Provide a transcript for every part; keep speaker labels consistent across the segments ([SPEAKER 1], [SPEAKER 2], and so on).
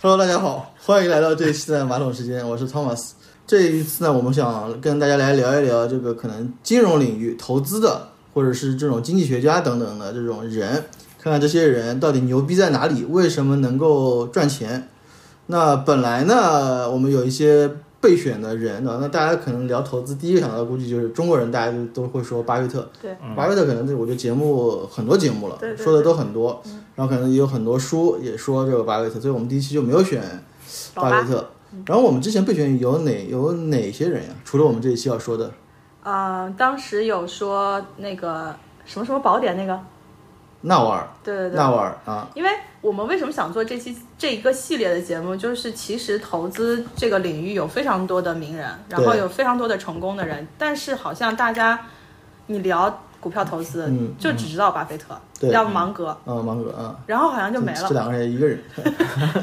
[SPEAKER 1] Hello，大家好，欢迎来到这一期的马桶时间，我是 Thomas。这一次呢，我们想跟大家来聊一聊这个可能金融领域投资的，或者是这种经济学家等等的这种人，看看这些人到底牛逼在哪里，为什么能够赚钱。那本来呢，我们有一些备选的人呢，那大家可能聊投资，第一个想到的估计就是中国人，大家就都会说巴菲特。
[SPEAKER 2] 对，
[SPEAKER 1] 巴菲特可能这我觉得节目很多节目了，
[SPEAKER 2] 对对对嗯
[SPEAKER 1] 说的都很多，然后可能也有很多书也说这个巴菲特，所以我们第一期就没有选
[SPEAKER 2] 老嗯
[SPEAKER 1] 巴菲特。然后我们之前备选有哪有哪些人呀、除了我们这一期要说的，
[SPEAKER 2] 呃，当时有说那个什么什么宝典那个，
[SPEAKER 1] 纳瓦尔、
[SPEAKER 2] 对对对，
[SPEAKER 1] 纳瓦尔啊，
[SPEAKER 2] 因为我们为什么想做这期这一个系列的节目，就是其实投资这个领域有非常多的名人，然后
[SPEAKER 1] 对
[SPEAKER 2] 有非常多的成功的人，但是好像大家你聊股票投资，
[SPEAKER 1] 嗯
[SPEAKER 2] 就只知道巴菲特，
[SPEAKER 1] 对
[SPEAKER 2] 要芒格，
[SPEAKER 1] 啊，芒格啊，
[SPEAKER 2] 然后好像就没
[SPEAKER 1] 这
[SPEAKER 2] 了。
[SPEAKER 1] 两个人一个人，
[SPEAKER 2] 对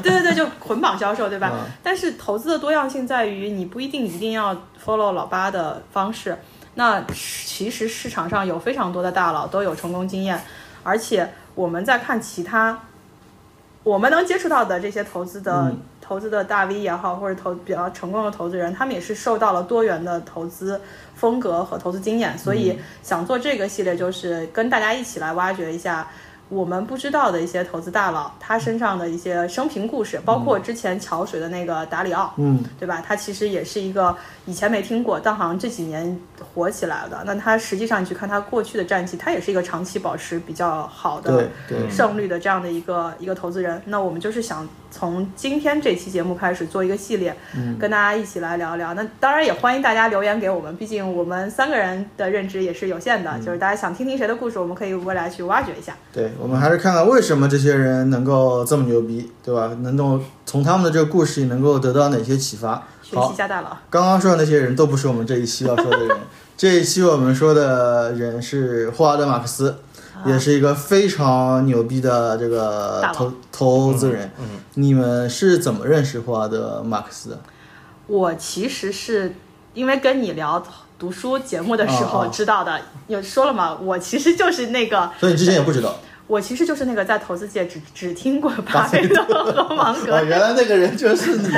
[SPEAKER 2] 对对，就捆绑销售，对吧？
[SPEAKER 1] 嗯
[SPEAKER 2] 但是投资的多样性在于，你不一定一定要 follow 老八的方式。那其实市场上有非常多的大佬都有成功经验，而且我们在看其他我们能接触到的这些投资的、
[SPEAKER 1] 嗯
[SPEAKER 2] 投资的大 V 也好，或者投比较成功的投资人，他们也是受到了多元的投资风格和投资经验，所
[SPEAKER 1] 嗯
[SPEAKER 2] 以想做这个系列，就是跟大家一起来挖掘一下。我们不知道的一些投资大佬，他身上的一些生平故事，包括之前桥水的那个达里奥，
[SPEAKER 1] 嗯，
[SPEAKER 2] 对吧？他其实也是一个以前没听过，但好像这几年火起来的。那他实际上你去看他过去的战绩，他也是一个长期保持比较好
[SPEAKER 1] 对
[SPEAKER 2] 的
[SPEAKER 1] 对，
[SPEAKER 2] 胜率的这样的一个一个投资人。那我们就是想从今天这期节目开始做一个系列，
[SPEAKER 1] 嗯
[SPEAKER 2] 跟大家一起来聊聊。那当然也欢迎大家留言给我们，毕竟我们三个人的认知也是有限的，
[SPEAKER 1] 嗯
[SPEAKER 2] 就是大家想听听谁的故事，我们可以未来去挖掘一下。
[SPEAKER 1] 对，我们还是看看为什么这些人能够这么牛逼，对吧？能够从他们的这个故事里能够得到哪些启发？
[SPEAKER 2] 学习
[SPEAKER 1] 好
[SPEAKER 2] 一，下大佬，
[SPEAKER 1] 刚刚说的那些人都不是我们这一期要说的 人，这一期我们说的人是霍华德·马克思，也是一个非常牛逼的这个
[SPEAKER 2] 啊大佬
[SPEAKER 1] 投投资人。
[SPEAKER 3] 嗯
[SPEAKER 1] 你们是怎么认识霍华德·马克思的？
[SPEAKER 2] 我其实是因为跟你聊读书节目的时
[SPEAKER 1] 哦
[SPEAKER 2] 候
[SPEAKER 1] 哦
[SPEAKER 2] 知道的，有说了嘛，我其实就是那个，
[SPEAKER 1] 所以你之前也不知 道
[SPEAKER 2] 我其实就是那个在投资界只只听过巴菲特和芒
[SPEAKER 1] 啊，
[SPEAKER 2] 格，
[SPEAKER 1] 原来那个人就是 你，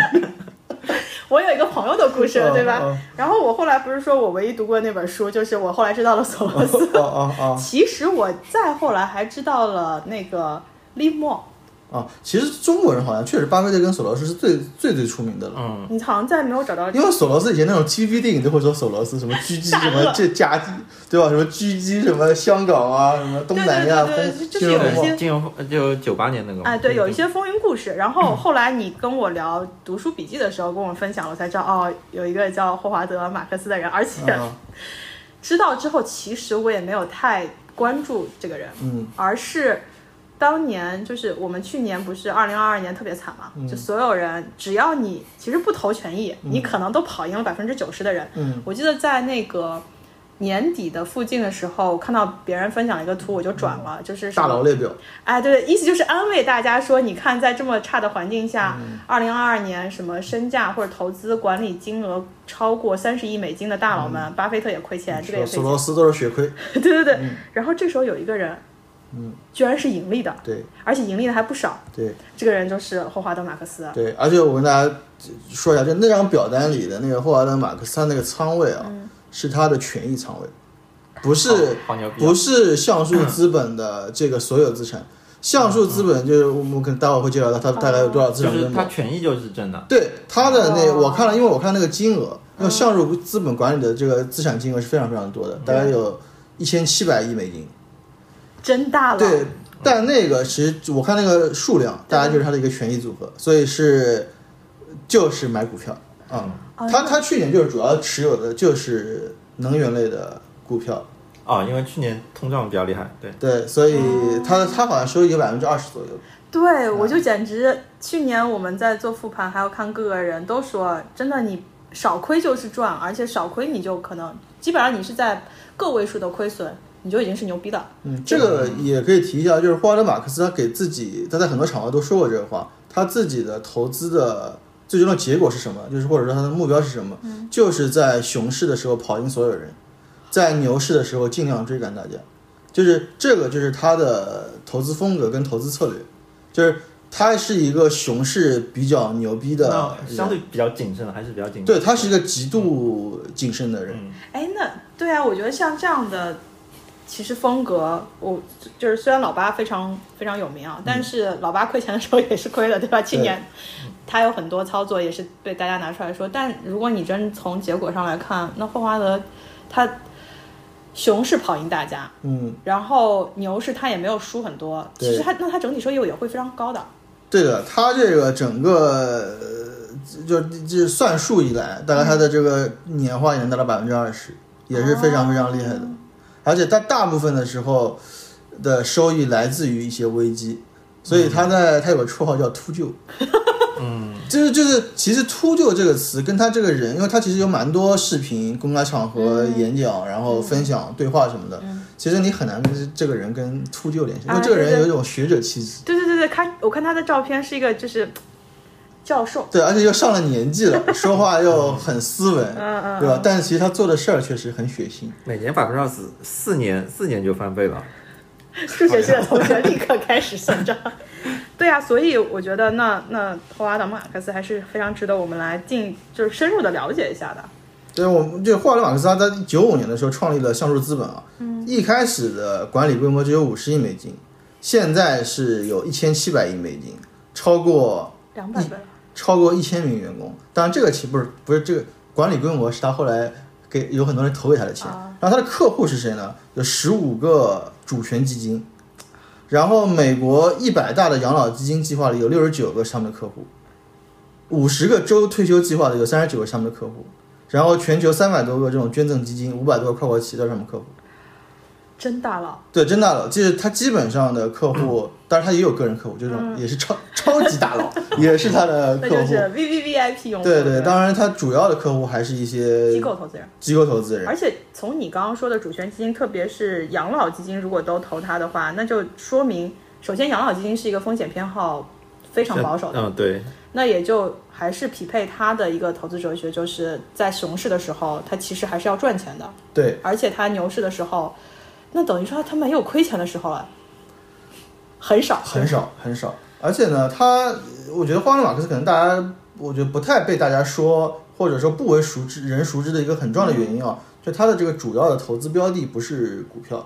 [SPEAKER 2] 我有一个朋友的故事，
[SPEAKER 1] 哦
[SPEAKER 2] 对吧？
[SPEAKER 1] 哦
[SPEAKER 2] 然后我后来不是说我唯一读过那本书，就是我后来知道了索罗斯，
[SPEAKER 1] 哦哦哦
[SPEAKER 2] 其实我再后来还知道了那个利莫，
[SPEAKER 1] 哦！其实中国人好像确实巴菲特跟索罗斯是最最最出名的了。
[SPEAKER 3] 嗯，
[SPEAKER 2] 你好像再没有找到
[SPEAKER 1] 因为索罗斯以前那种 TVB 电影都会说索罗斯什么狙击
[SPEAKER 2] 大
[SPEAKER 1] 什么
[SPEAKER 2] 鳄
[SPEAKER 1] 这家鸡，对吧？什么狙击什么香港啊，什么东南亚
[SPEAKER 2] 对对对
[SPEAKER 1] 风
[SPEAKER 2] 对就是
[SPEAKER 1] 金融
[SPEAKER 2] 有一
[SPEAKER 1] 风暴
[SPEAKER 2] 些
[SPEAKER 3] 金融就九八年那个嘛
[SPEAKER 2] 哎，对，有一些风云故事。然
[SPEAKER 1] 嗯
[SPEAKER 2] 后后来你跟我聊读书笔记的时候，跟我分享了，我才知道哦，有一个叫霍华德·马克思的人，而且
[SPEAKER 1] 啊
[SPEAKER 2] 知道之后，其实我也没有太关注这个人，
[SPEAKER 1] 嗯，
[SPEAKER 2] 而是当年就是我们去年不是二零二二年特别惨嘛，
[SPEAKER 1] 嗯
[SPEAKER 2] 就所有人只要你其实不投权益，你可能都跑赢了百分之九十的人。
[SPEAKER 1] 嗯，
[SPEAKER 2] 我记得在那个。年底的附近的时候，我看到别人分享一个图，我就转了，就是什
[SPEAKER 1] 大
[SPEAKER 2] 么
[SPEAKER 1] 佬列表，
[SPEAKER 2] 哎，对，意思就是安慰大家说，你看在这么差的环境下，二零二二年什么身价或者投资管理金额超过三十亿美金的大佬们，巴菲特也亏钱，这个也
[SPEAKER 1] 嗯索
[SPEAKER 2] 亏
[SPEAKER 1] 罗斯都是血亏，
[SPEAKER 2] 钱， 对对对。然后这时候有一个人，嗯，居然是盈利的，
[SPEAKER 1] 对
[SPEAKER 2] 而且盈利的还不少。
[SPEAKER 1] 对
[SPEAKER 2] 这个人就是霍华德·马克思，
[SPEAKER 1] 对。而且我跟大家说一下，就那张表单里的那个霍华德·马克思他那个仓位啊，是他的权益仓位，不是
[SPEAKER 3] 好牛逼啊，
[SPEAKER 1] 不是橡树资本的这个所有资产。 橡树资本就是我们可能待会儿会介绍到它大概有多少资
[SPEAKER 3] 哦
[SPEAKER 1] 产
[SPEAKER 3] 就
[SPEAKER 1] 规
[SPEAKER 3] 是
[SPEAKER 1] 模
[SPEAKER 3] 他，权益就是真的，
[SPEAKER 1] 对它的那，
[SPEAKER 2] 哦
[SPEAKER 1] 我看了，因为我看那个金额，因为橡树资本管理的这个资产金额是非常非常多的，大概有一千七百亿美金。
[SPEAKER 2] 真大佬，
[SPEAKER 1] 对，但那个其实我看那个数量，大概就是它的一个权益组合，所以是就是买股票啊。
[SPEAKER 2] 哦
[SPEAKER 1] 他他去年就是主要持有的就是能源类的股票，
[SPEAKER 3] 哦，因为去年通胀比较厉害，对，
[SPEAKER 1] 对，所以
[SPEAKER 2] 哦
[SPEAKER 1] 他他好像收益有百分之二十左右。
[SPEAKER 2] 对，我就简直，去年我们在做复盘，还有看各个人都说，真的你少亏就是赚，而且少亏你就可能基本上你是在个位数的亏损，你就已经是牛逼的。
[SPEAKER 1] 嗯，这个也可以提一下，就是霍华德·马克思他给自己，他在很多场合都说过这个话，他自己的投资的最终的结果是什么？就是或者说他的目标是什么？就是在熊市的时候跑赢所有人，在牛市的时候尽量追赶大家，就是这个就是他的投资风格跟投资策略，就是他是一个熊市比较牛逼的
[SPEAKER 3] 那
[SPEAKER 1] 人，
[SPEAKER 3] 相对比较谨慎，还是比较谨慎。
[SPEAKER 1] 对他是一个极度谨慎的人。
[SPEAKER 3] 嗯，
[SPEAKER 2] 哎，那对啊，我觉得像这样的，其实风格，我就是虽然老八非常非常有名啊，但是老八亏钱的时候 也是亏的，对吧？去年他有很多操作也是被大家拿出来说，但如果你真从结果上来看，那霍华德他熊市跑赢大家，
[SPEAKER 1] 嗯，
[SPEAKER 2] 然后牛市他也没有输很多，
[SPEAKER 1] 对
[SPEAKER 2] 其实他那他整体收益也会非常高的。
[SPEAKER 1] 对的，他这个整个呃就就算数以来，大概他的这个年化也能达到百分之二十，也是非常非常厉害的。
[SPEAKER 2] 哦
[SPEAKER 1] 而且他大部分的时候的收益来自于一些危机，所以
[SPEAKER 2] 嗯
[SPEAKER 1] 他在、他有个绰号叫“秃鹫”。嗯， 就是就是，其实“秃鹫”这个词跟他这个人，因为他其实有蛮多视频、公开场合、
[SPEAKER 2] 嗯
[SPEAKER 1] 演讲，然后分享、对话什么的，其实你很难跟这个人跟“秃鹫”联系，因为
[SPEAKER 2] 啊
[SPEAKER 1] 这个
[SPEAKER 2] 对
[SPEAKER 1] 人
[SPEAKER 2] 对
[SPEAKER 1] 有一种学者气质。
[SPEAKER 2] 对对对对，看我看他的照片是一个就是教授，
[SPEAKER 1] 对，而且又上了年纪了，说话又很斯文，
[SPEAKER 2] 嗯嗯
[SPEAKER 1] 对吧？但是其实他做的事儿确实很血腥。
[SPEAKER 3] 每年百分之二十，四年四年就翻倍了。
[SPEAKER 2] 数学系的同学立刻开始算账。 对啊，所以我觉得那那霍华德·马克思还是非常值得我们来进就是深入的了解一下的。
[SPEAKER 1] 对，我们这霍华德·马克思他在九五年的时候创立了橡树资本啊，
[SPEAKER 2] 嗯
[SPEAKER 1] 一开始的管理规模只有五十亿美金，现在是有一千七百亿美金，超过
[SPEAKER 2] 两百倍，
[SPEAKER 1] 超过一千名员工。当然，这个其不是不是这个管理规模是他后来给有很多人投给他的钱。然后他的客户是谁呢？有十五个主权基金，然后美国一百大的养老基金计划里有六十九个是他们的客户，五十个州退休计划里有三十九个是他们的客户，然后全球三百多个这种捐赠基金，五百多个跨国企业都是他们客户。
[SPEAKER 2] 真大佬，
[SPEAKER 1] 对，真大佬，就是他基本上的客户，当然他也有个人客户，这种也是超、超级大佬，也是他的
[SPEAKER 2] 那
[SPEAKER 1] 呃客户。
[SPEAKER 2] 就是 V V V I P 用户，
[SPEAKER 1] 对
[SPEAKER 2] 对
[SPEAKER 1] 对，
[SPEAKER 2] 吧，
[SPEAKER 1] 当然它主要的客户还是一些
[SPEAKER 2] 机构投资人。
[SPEAKER 1] 机构投资人。
[SPEAKER 2] 而且从你刚刚说的主权基金，特别是养老基金，如果都投它的话，那就说明，首先养老基金是一个风险偏好非常保守的，
[SPEAKER 3] 嗯，对，
[SPEAKER 2] 那也就还是匹配它的一个投资哲学，就是在熊市的时候，它其实还是要赚钱的。
[SPEAKER 1] 对，
[SPEAKER 2] 而且它牛市的时候，那等于说它没有亏钱的时候了，很少。
[SPEAKER 1] 很少很少。而且呢，它我觉得花了马克思可能大家，我觉得不太被大家说，或者说不为熟知人熟知的一个很重要的原因
[SPEAKER 2] 嗯
[SPEAKER 1] 啊，就它的这个主要的投资标的不是股票。
[SPEAKER 2] 哦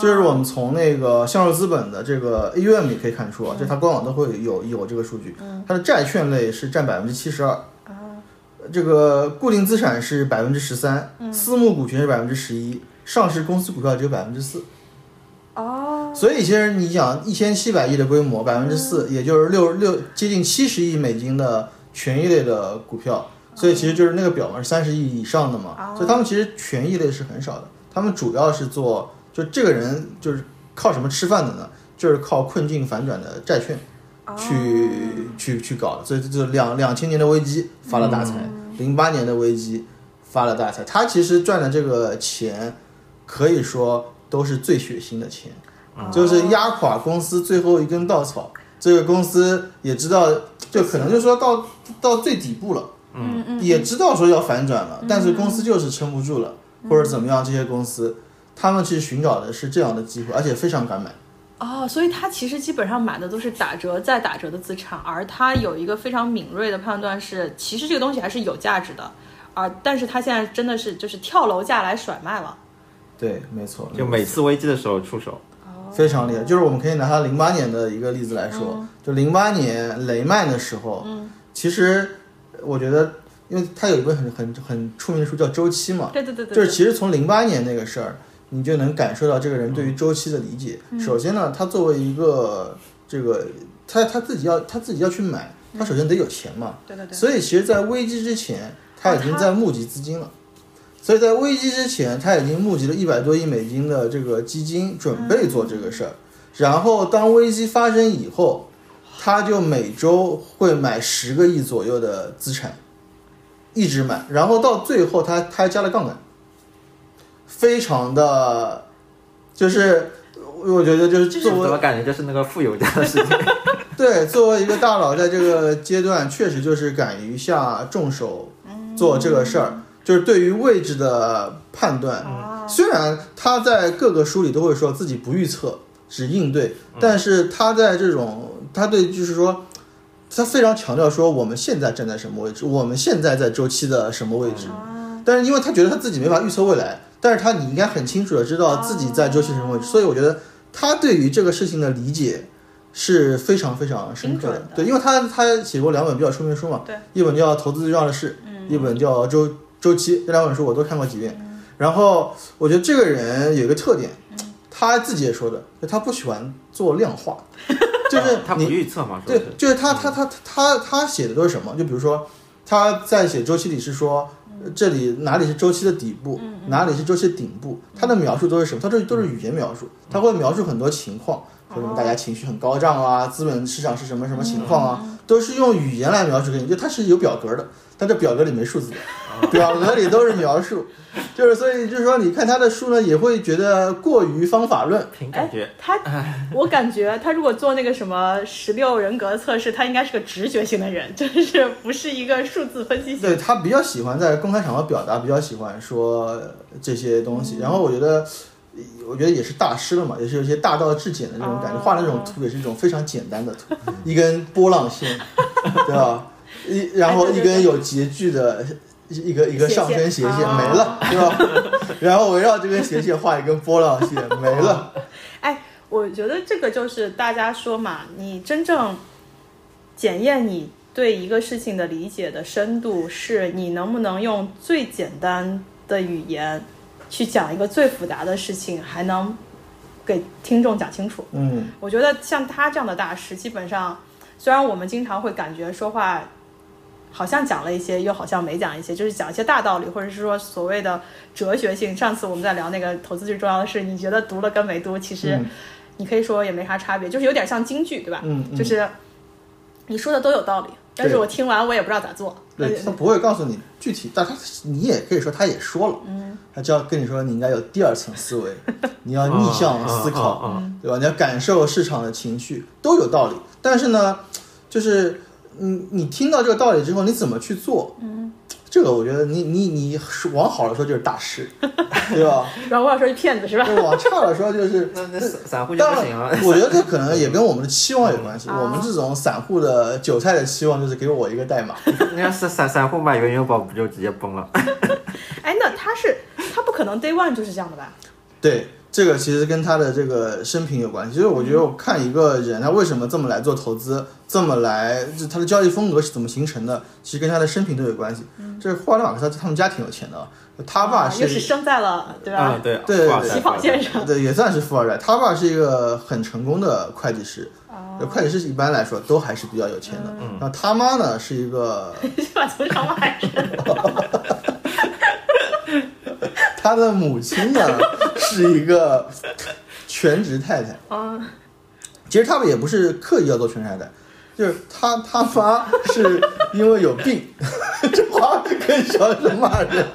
[SPEAKER 1] 就是我们从那个橡树资本的这个 AUM 也可以看出啊，就它官网都会有有这个数据，
[SPEAKER 2] 嗯
[SPEAKER 1] 它的债券类是占百分之七十二，
[SPEAKER 2] 哦
[SPEAKER 1] 呃这个固定资产是百分之十三，
[SPEAKER 2] 嗯
[SPEAKER 1] 私募股权是百分之十一，上市公司股票只有百分之四。
[SPEAKER 2] 哦，
[SPEAKER 1] 所以其实你想，一千七百亿的规模，百分之四，也就是六六接近七十亿美金的权益类的股票，所以其实就是那个表嘛，是三十亿以上的嘛，所以他们其实权益类是很少的，他们主要是做就这个人就是靠什么吃饭的呢？就是靠困境反转的债券去去去搞的，所以这就两两千年的危机发了大财，零八年的危机发了大财，他其实赚的这个钱可以说都是最血腥的钱。就是压垮公司最后一根稻草。这个公司也知道，就可能就说到到最底部了，
[SPEAKER 2] 嗯嗯，
[SPEAKER 1] 也知道说要反转了，但是公司就是撑不住了，或者怎么样，这些公司他们去寻找的是这样的机会，而且非常敢买。
[SPEAKER 2] 哦，所以他其实基本上买的都是打折再打折的资产，而他有一个非常敏锐的判断是，其实这个东西还是有价值的，啊，但是他现在真的是就是跳楼价来甩卖了。
[SPEAKER 1] 对，没错，
[SPEAKER 3] 就每次危机的时候出手。
[SPEAKER 1] 非常厉害。就是我们可以拿他零八年的一个例子来说，就零八年雷曼的时候，其实我觉得，因为他有一本很很很出名的书叫《周期》嘛，
[SPEAKER 2] 对对对对，
[SPEAKER 1] 就是
[SPEAKER 2] 对
[SPEAKER 1] 其实从零八年那个事儿，你就能感受到这个人对于周期的理解。
[SPEAKER 2] 嗯
[SPEAKER 1] 首先呢，他作为一个这个他他自己要他自己要去买，他首先得有钱嘛。
[SPEAKER 2] 对对对，
[SPEAKER 1] 所以其实，在危机之前，他已经在募集资金了。所以在危机之前，他已经募集了一百多亿美金的这个基金，准备做这个事儿。然后当危机发生以后，他就每周会买十个亿左右的资产，一直买。然后到最后他，他还加了杠杆，非常的，就是我我觉得就是
[SPEAKER 2] 就是
[SPEAKER 1] 作为
[SPEAKER 3] 怎么感觉就是那个富有家的事情？
[SPEAKER 1] 对，作为一个大佬，在这个阶段，确实就是敢于下重手做这个事儿，就是对于位置的判断。
[SPEAKER 2] 哦啊
[SPEAKER 1] 虽然他在各个书里都会说自己不预测，只应对，但是他在这种他对就是说，他非常强调说我们现在站在什么位置，我们现在在周期的什么位置。
[SPEAKER 2] 啊，
[SPEAKER 1] 但是因为他觉得他自己没法预测未来，但是他你应该很清楚的知道自己在周期什么
[SPEAKER 2] 哦
[SPEAKER 1] 位置，所以我觉得他对于这个事情的理解是非常非常深刻
[SPEAKER 2] 挺准的
[SPEAKER 1] 对，因为他他写过两本比较出名的书嘛，
[SPEAKER 2] 对，
[SPEAKER 1] 一本叫《投资最重要的事》，
[SPEAKER 2] 嗯
[SPEAKER 1] 一本叫《周周期》，这两本书我都看过几遍。然后我觉得这个人有一个特点，
[SPEAKER 2] 嗯
[SPEAKER 1] 他自己也说的，就他不喜欢做量 化， 就是
[SPEAKER 3] 哦他不
[SPEAKER 1] 你
[SPEAKER 3] 预测嘛，说
[SPEAKER 1] 对
[SPEAKER 3] 是，嗯
[SPEAKER 1] 就是他他他他他写的都是什么？就比如说他在写周期里是说，呃这里哪里是周期的底部，哪里是周期的顶部，他的描述都是什么？他这都是
[SPEAKER 3] 嗯
[SPEAKER 1] 语言描述，他会描述很多情况，说什么大家情绪很高涨啊，资本市场是什么什么情况啊，都是用语言来描述给你，就它是有表格的。但这表格里没数字
[SPEAKER 3] 哦
[SPEAKER 1] 的， 表格里都是描述，就是所以就是说，你看他的书呢，也会觉得过于方法论，
[SPEAKER 3] 凭感觉。
[SPEAKER 2] 他，我感觉他如果做那个什么十六人格测试，他应该是个直觉型的人，就是不是一个数字分析型。
[SPEAKER 1] 对他比较喜欢在公开场合表达，比较喜欢说这些东西。然后我觉得，我觉得也是大师了嘛，也是有一些大道至简的这种感觉，
[SPEAKER 2] 哦
[SPEAKER 1] 画的那种图也是一种非常简单的图，一根波浪线，对吧？一然后
[SPEAKER 2] 哎对
[SPEAKER 1] 一
[SPEAKER 2] 对
[SPEAKER 1] 根
[SPEAKER 2] 对
[SPEAKER 1] 有截距的。一个一个
[SPEAKER 2] 斜线
[SPEAKER 1] 上升斜线
[SPEAKER 2] 哦
[SPEAKER 1] 没了，对吧？ 然后围绕这根斜线画一根波浪线没了，
[SPEAKER 2] 哎，我觉得这个就是大家说嘛，你真正检验你对一个事情的理解的深度，是你能不能用最简单的语言去讲一个最复杂的事情，还能给听众讲清楚。
[SPEAKER 1] 嗯，
[SPEAKER 2] 我觉得像他这样的大师，基本上虽然我们经常会感觉说话好像讲了一些，又好像没讲一些，就是讲一些大道理，或者是说所谓的哲学性。上次我们在聊那个投资最重要的是，你觉得读了跟没读，其实
[SPEAKER 1] 嗯
[SPEAKER 2] 你可以说也没啥差别，就是有点像京剧，对吧？
[SPEAKER 1] 嗯嗯
[SPEAKER 2] 就是你说的都有道理，但是我听完我也不知道咋做。
[SPEAKER 1] 对
[SPEAKER 2] 呃
[SPEAKER 1] 他不会告诉你具体，但他你也可以说他也说了，他就要跟你说你应该有第二层思维，你要逆向思考，
[SPEAKER 3] 啊啊啊啊
[SPEAKER 1] 对吧？你要感受市场的情绪，都有道理。但是呢，就是你你听到这个道理之后，你怎么去做？嗯，这个我觉得你你你往好了说就是大师， 对吧？
[SPEAKER 2] 然后我要说一骗子是吧？
[SPEAKER 1] 就往差了说就是
[SPEAKER 3] 那那散散户就
[SPEAKER 1] 当
[SPEAKER 3] 不
[SPEAKER 1] 然，
[SPEAKER 3] 行了。
[SPEAKER 1] 我觉得这可能也跟我们的期望有关系。
[SPEAKER 2] 嗯
[SPEAKER 1] 我们这种散户的韭菜的期望就是给我一个代码，
[SPEAKER 3] 你要是散散户买原油宝，不就直接崩 了？
[SPEAKER 2] 哎，那他是他不可能 day one 就是这样的吧？
[SPEAKER 1] 对，这个其实跟他的这个生平有关系。其实我觉得，我看一个人他为什么这么来做投资，这么来，就他的交易风格是怎么形成的，其实跟他的生平都有关系。这霍华德马克思他们家挺有钱的啊，他爸
[SPEAKER 2] 嗯啊又是
[SPEAKER 1] 是
[SPEAKER 2] 生在了对吧？
[SPEAKER 3] 啊，对
[SPEAKER 1] 对
[SPEAKER 3] 哇塞
[SPEAKER 2] 起跑线上。
[SPEAKER 1] 对，也算是富二代。他爸是一个很成功的会计师，
[SPEAKER 2] 哦
[SPEAKER 1] 呃会计师一般来说都还是比较有钱的。然后他妈呢是一个，
[SPEAKER 2] 把头上外人。
[SPEAKER 1] 他的母亲呢是一个全职太太。
[SPEAKER 2] 啊，
[SPEAKER 1] 其实他们也不是刻意要做全晒的，就是他他妈是因为有病， 这话可以小声骂人。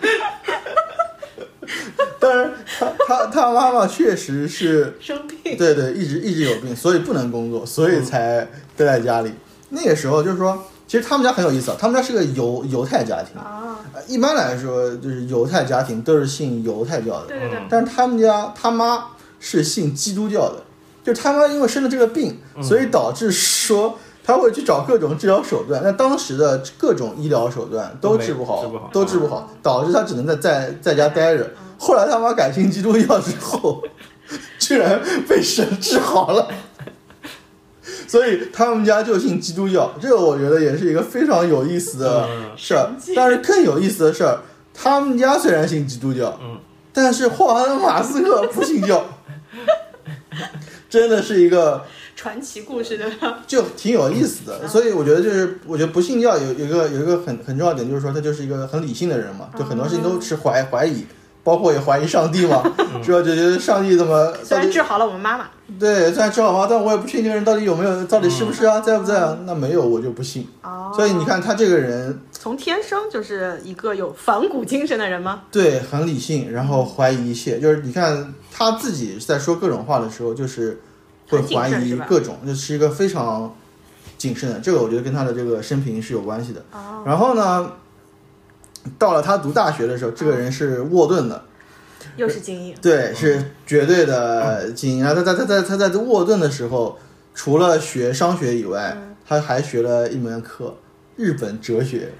[SPEAKER 1] 但是他他他妈妈确实是，
[SPEAKER 2] 生病。
[SPEAKER 1] 对对，一直一直有病，所以不能工作，所以才待在家里。那个时候就是说，其实他们家很有意思啊，他们家是个犹犹太家庭，
[SPEAKER 2] 啊，
[SPEAKER 1] 呃一般来说就是犹太家庭都是信犹太教的，
[SPEAKER 2] 对对对，
[SPEAKER 1] 但是他们家他妈是信基督教的，就是他妈因为生了这个病，
[SPEAKER 3] 嗯
[SPEAKER 1] 所以导致说他会去找各种治疗手段。那当时的各种医疗手段都治不好，
[SPEAKER 3] 都没治
[SPEAKER 1] 都治
[SPEAKER 3] 不好
[SPEAKER 1] 不好，导致他只能在在在家待着。后来他妈改信基督教之后， 居然被神治好了。 所以他们家就信基督教，这个我觉得也是一个非常有意思的
[SPEAKER 3] 嗯
[SPEAKER 1] 事儿。但是更有意思的事儿，他们家虽然信基督教，
[SPEAKER 3] 嗯，
[SPEAKER 1] 但是霍华德马斯克不信教，真的是一个
[SPEAKER 2] 传奇故事对吧？
[SPEAKER 1] 就挺有意思
[SPEAKER 2] 嗯
[SPEAKER 1] 的。所以我觉得就是，我觉得不信教有有一个有一个很很重要的点，就是说他就是一个很理性的人嘛，
[SPEAKER 2] 嗯
[SPEAKER 1] 就很多事情都是怀怀疑。包括也怀疑上帝 嘛，是吧？就觉得上帝怎么
[SPEAKER 2] 虽
[SPEAKER 1] 到底
[SPEAKER 2] 然治好了我们妈妈，
[SPEAKER 1] 对，虽然吃好花，但我也不确定这个人到底有没有，到底是不是啊，在不在啊？那没有我就不信。
[SPEAKER 2] 嗯哦
[SPEAKER 1] 所以你，看他这个人，
[SPEAKER 2] 从天生就是一个有反骨精神的人吗？
[SPEAKER 1] 对，很理性，然后怀疑一切，就是你看他自己在说各种话的时候，就是会
[SPEAKER 2] 很谨
[SPEAKER 1] 怀
[SPEAKER 2] 慎
[SPEAKER 1] 疑
[SPEAKER 2] 是吧
[SPEAKER 1] 各种，就是一个非常谨慎的。这个我觉得跟他的这个生平是有关系的。
[SPEAKER 2] 哦，
[SPEAKER 1] 然后呢，到了他读大学的时候，这个人是沃顿
[SPEAKER 2] 哦
[SPEAKER 1] 的，
[SPEAKER 2] 又是精英，
[SPEAKER 1] 对，是绝对的精英。然后他在他在他在沃顿的时候，除了学商学以外，
[SPEAKER 2] 嗯
[SPEAKER 1] 他还学了一门课，日本哲学。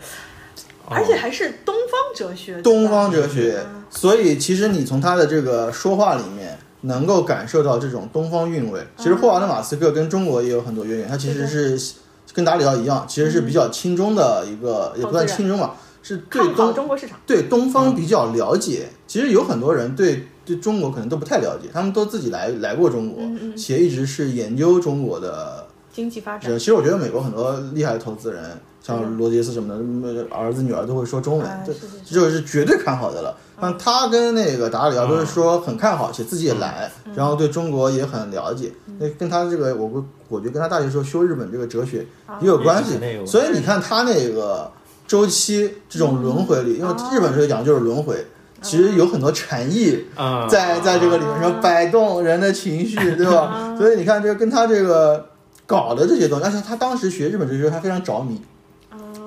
[SPEAKER 2] 而且还是东方哲学，
[SPEAKER 1] 哦东
[SPEAKER 2] 对吧
[SPEAKER 1] 方哲学，所以其实你从他的这个说话里面能够感受到这种东方韵味。其实霍华德·马斯克跟中国也有很多渊源，他其实是跟达里奥一样，其实是比较亲中的一个，也不算亲中吧，是对
[SPEAKER 2] 看好
[SPEAKER 1] 东
[SPEAKER 2] 中国市场。
[SPEAKER 1] 对东方比较了解。其实有很多人对对中国可能都不太了解，他们都自己来来过中国，且一直是研究中国的
[SPEAKER 2] 经济发展啊
[SPEAKER 1] 人，其实我觉得美国很多厉害的投资人，像罗杰斯什么的嗯，儿子女儿都会说中文
[SPEAKER 2] 哎，
[SPEAKER 1] 这
[SPEAKER 2] 是是嗯
[SPEAKER 1] 这就是绝对看好的了。但他跟那个达里奥都是说很看好，且自己也来，
[SPEAKER 2] 嗯
[SPEAKER 1] 然后对中国也很了解。那跟他这个，我估我觉得跟他大学时候修日本这个哲学
[SPEAKER 2] 啊
[SPEAKER 1] 也有关系
[SPEAKER 3] 日本也有。
[SPEAKER 1] 所以你看他那个周期这种轮回里，因为
[SPEAKER 2] 哦
[SPEAKER 1] 日本哲学讲的就是轮回，其实有很多禅意。
[SPEAKER 3] 啊，
[SPEAKER 1] 在在这个里面
[SPEAKER 2] 嗯
[SPEAKER 1] 说摆动人的情绪，对吧？所以你看，这个跟他这个搞的这些东西，而且他当时学日本哲学，他非常着迷。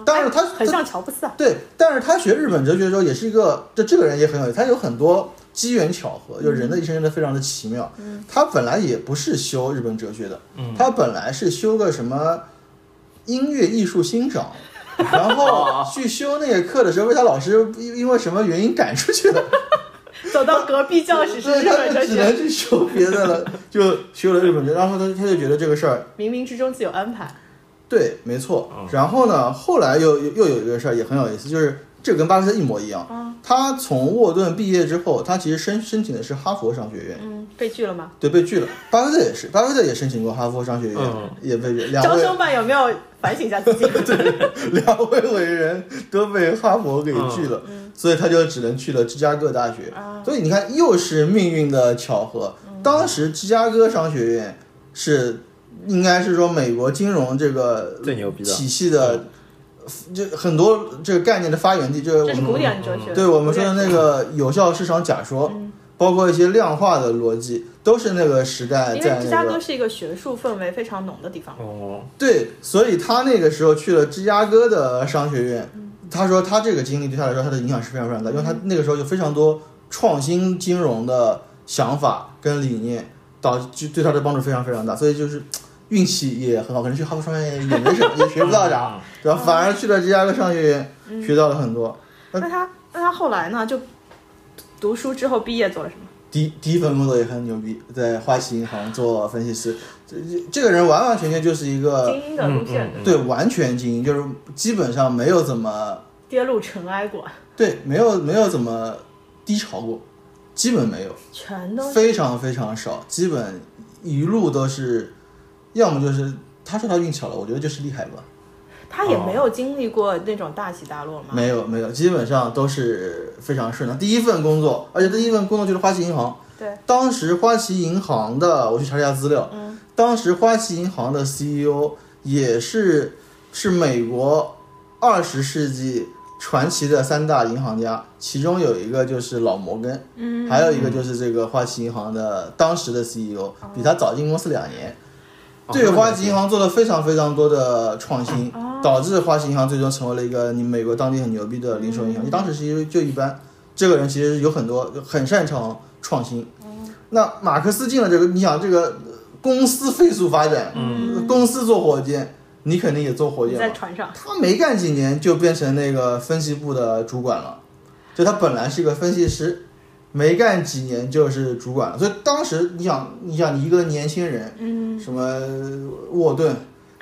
[SPEAKER 1] 当然他
[SPEAKER 2] 哎很像乔布斯啊，
[SPEAKER 1] 对，但是他学日本哲学的时候，也是一个，这这个人也很有意思，他有很多机缘巧
[SPEAKER 2] 嗯
[SPEAKER 1] 合，就人的一生真的非常的奇妙。他本来也不是修日本哲学的，他本来是修个什么音乐艺术欣赏。然后去修那个课的时候，被他老师因因为什么原因赶出去了。
[SPEAKER 2] 走到隔壁教室是
[SPEAKER 1] 对，
[SPEAKER 2] 日本
[SPEAKER 1] 他就
[SPEAKER 2] 哲
[SPEAKER 1] 只
[SPEAKER 2] 学，
[SPEAKER 1] 能去修别的了，就修了日本哲。然后他他就觉得这个事儿
[SPEAKER 2] 冥冥之中自有安排。
[SPEAKER 1] 对，没错。然后呢，后来又又又有一个事儿也很有意思，就是这个跟巴菲特一模一
[SPEAKER 2] 哦
[SPEAKER 1] 样。他从沃顿毕业之后，他其实申申请的是哈佛商学院，
[SPEAKER 2] 嗯，被拒了吗？
[SPEAKER 1] 对，被拒了。巴菲特也是，巴菲特也申请过哈佛商学院
[SPEAKER 3] 嗯，
[SPEAKER 1] 也被拒。两
[SPEAKER 2] 招
[SPEAKER 1] 位
[SPEAKER 2] 生办有没有反省一下自己？
[SPEAKER 1] 两位伟人都被哈佛给拒了，所以他就只能去了芝加哥大学。
[SPEAKER 2] 啊
[SPEAKER 1] 所以你看，又是命运的巧合。
[SPEAKER 2] 嗯
[SPEAKER 1] 当时芝加哥商学院是应该是说美国金融这个
[SPEAKER 3] 最牛逼的
[SPEAKER 1] 体系的，就很多这个概念的发源地，就是我
[SPEAKER 2] 这是
[SPEAKER 1] 们
[SPEAKER 2] 古典哲学，
[SPEAKER 1] 对我们
[SPEAKER 2] 古
[SPEAKER 1] 说的
[SPEAKER 2] 典嗯
[SPEAKER 1] 那个有效市场假说，包括一些量化的逻辑，都是那个时代
[SPEAKER 2] 因
[SPEAKER 1] 在
[SPEAKER 2] 为芝加
[SPEAKER 1] 那个
[SPEAKER 2] 哥是一个学术氛围非常浓的地方。
[SPEAKER 3] 哦，
[SPEAKER 1] 对，所以他那个时候去了芝加哥的商学院，他说他这个经历对他来说，他的影响是非常非常大，因为他那个时候有非常多创新金融的想法跟理念，导致对他的帮助非常非常大，所以就是。运气也很好，可能去哈佛商学院也没什么， 也学不到啊
[SPEAKER 3] 嗯
[SPEAKER 1] 啥，对吧？反而去了芝加哥商学院，学到了很多。
[SPEAKER 2] 那他那他后来呢？就读书之后毕业做了什么？
[SPEAKER 1] 第一第一份工作也很牛逼，在花旗银行做分析师。这这这个人完完全全就是一个
[SPEAKER 2] 精英的路线
[SPEAKER 3] 嗯嗯嗯
[SPEAKER 1] 对完全精英，就是基本上没有怎么
[SPEAKER 2] 跌落尘埃过，
[SPEAKER 1] 对，没有没有怎么低潮过，基本没有，
[SPEAKER 2] 全都是
[SPEAKER 1] 非常非常少，基本一路都是，要么就是他说他运气好了，我觉得就是厉害吧，
[SPEAKER 2] 他也没有经历过那种大起大落嘛。
[SPEAKER 1] 没有没有，基本上都是非常顺的。第一份工作，而且第一份工作就是花旗银行，
[SPEAKER 2] 对，
[SPEAKER 1] 当时花旗银行的，我去查了一下资料，
[SPEAKER 2] 嗯
[SPEAKER 1] 当时花旗银行的 CEO 也是是美国二十世纪传奇的三大银行家，其中有一个就是老摩根。
[SPEAKER 2] 嗯，
[SPEAKER 1] 还有一个就是这个花旗银行的当时的
[SPEAKER 2] 哦
[SPEAKER 1] CEO，比他早进公司两年，
[SPEAKER 3] 哦
[SPEAKER 1] 对花旗银行做了非常非常多的创新
[SPEAKER 2] 哦，
[SPEAKER 1] 导致花旗银行最终成为了一个你美国当地很牛逼的零售
[SPEAKER 2] 嗯
[SPEAKER 1] 银行。你当时其实就一般，这个人其实有很多很擅长创新。
[SPEAKER 2] 哦
[SPEAKER 1] 那马克思进了这个，你想这个公司飞速发展，
[SPEAKER 2] 嗯
[SPEAKER 1] 公司做火箭，你肯定也做火
[SPEAKER 2] 你
[SPEAKER 1] 箭
[SPEAKER 2] 在
[SPEAKER 1] 嘛。
[SPEAKER 2] 船上，
[SPEAKER 1] 他没干几年就变成那个分析部的主管了，就他本来是一个分析师，没干几年就是主管了。所以当时你想，你想你一个年轻人，
[SPEAKER 2] 嗯，
[SPEAKER 1] 什么沃顿、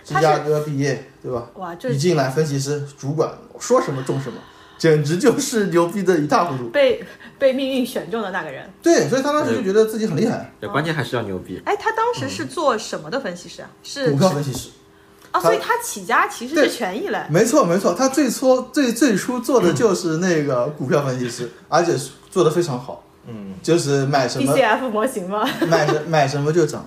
[SPEAKER 1] 芝
[SPEAKER 2] 他是啊
[SPEAKER 1] 加哥毕业，对吧？
[SPEAKER 2] 哇，这
[SPEAKER 1] 一进来分析师主管，说什么中什么，简直就是牛逼的一塌糊涂。
[SPEAKER 2] 被被命运选中的那个人。
[SPEAKER 1] 对，所以他当时就觉得自己很厉害，
[SPEAKER 3] 嗯对，关键还是要牛逼。
[SPEAKER 2] 哎，他当时
[SPEAKER 1] 嗯
[SPEAKER 2] 是做什么的分析师啊？是
[SPEAKER 1] 股票分析师。他
[SPEAKER 2] 啊，所以他起家其实
[SPEAKER 1] 对
[SPEAKER 2] 是权益类。
[SPEAKER 1] 没错没错，他最初最最初做的就是那个股票分析师，而且做的非常好。
[SPEAKER 3] 嗯，
[SPEAKER 1] 就是买什么
[SPEAKER 2] DCF 模型吗？
[SPEAKER 1] 买什买什么就涨，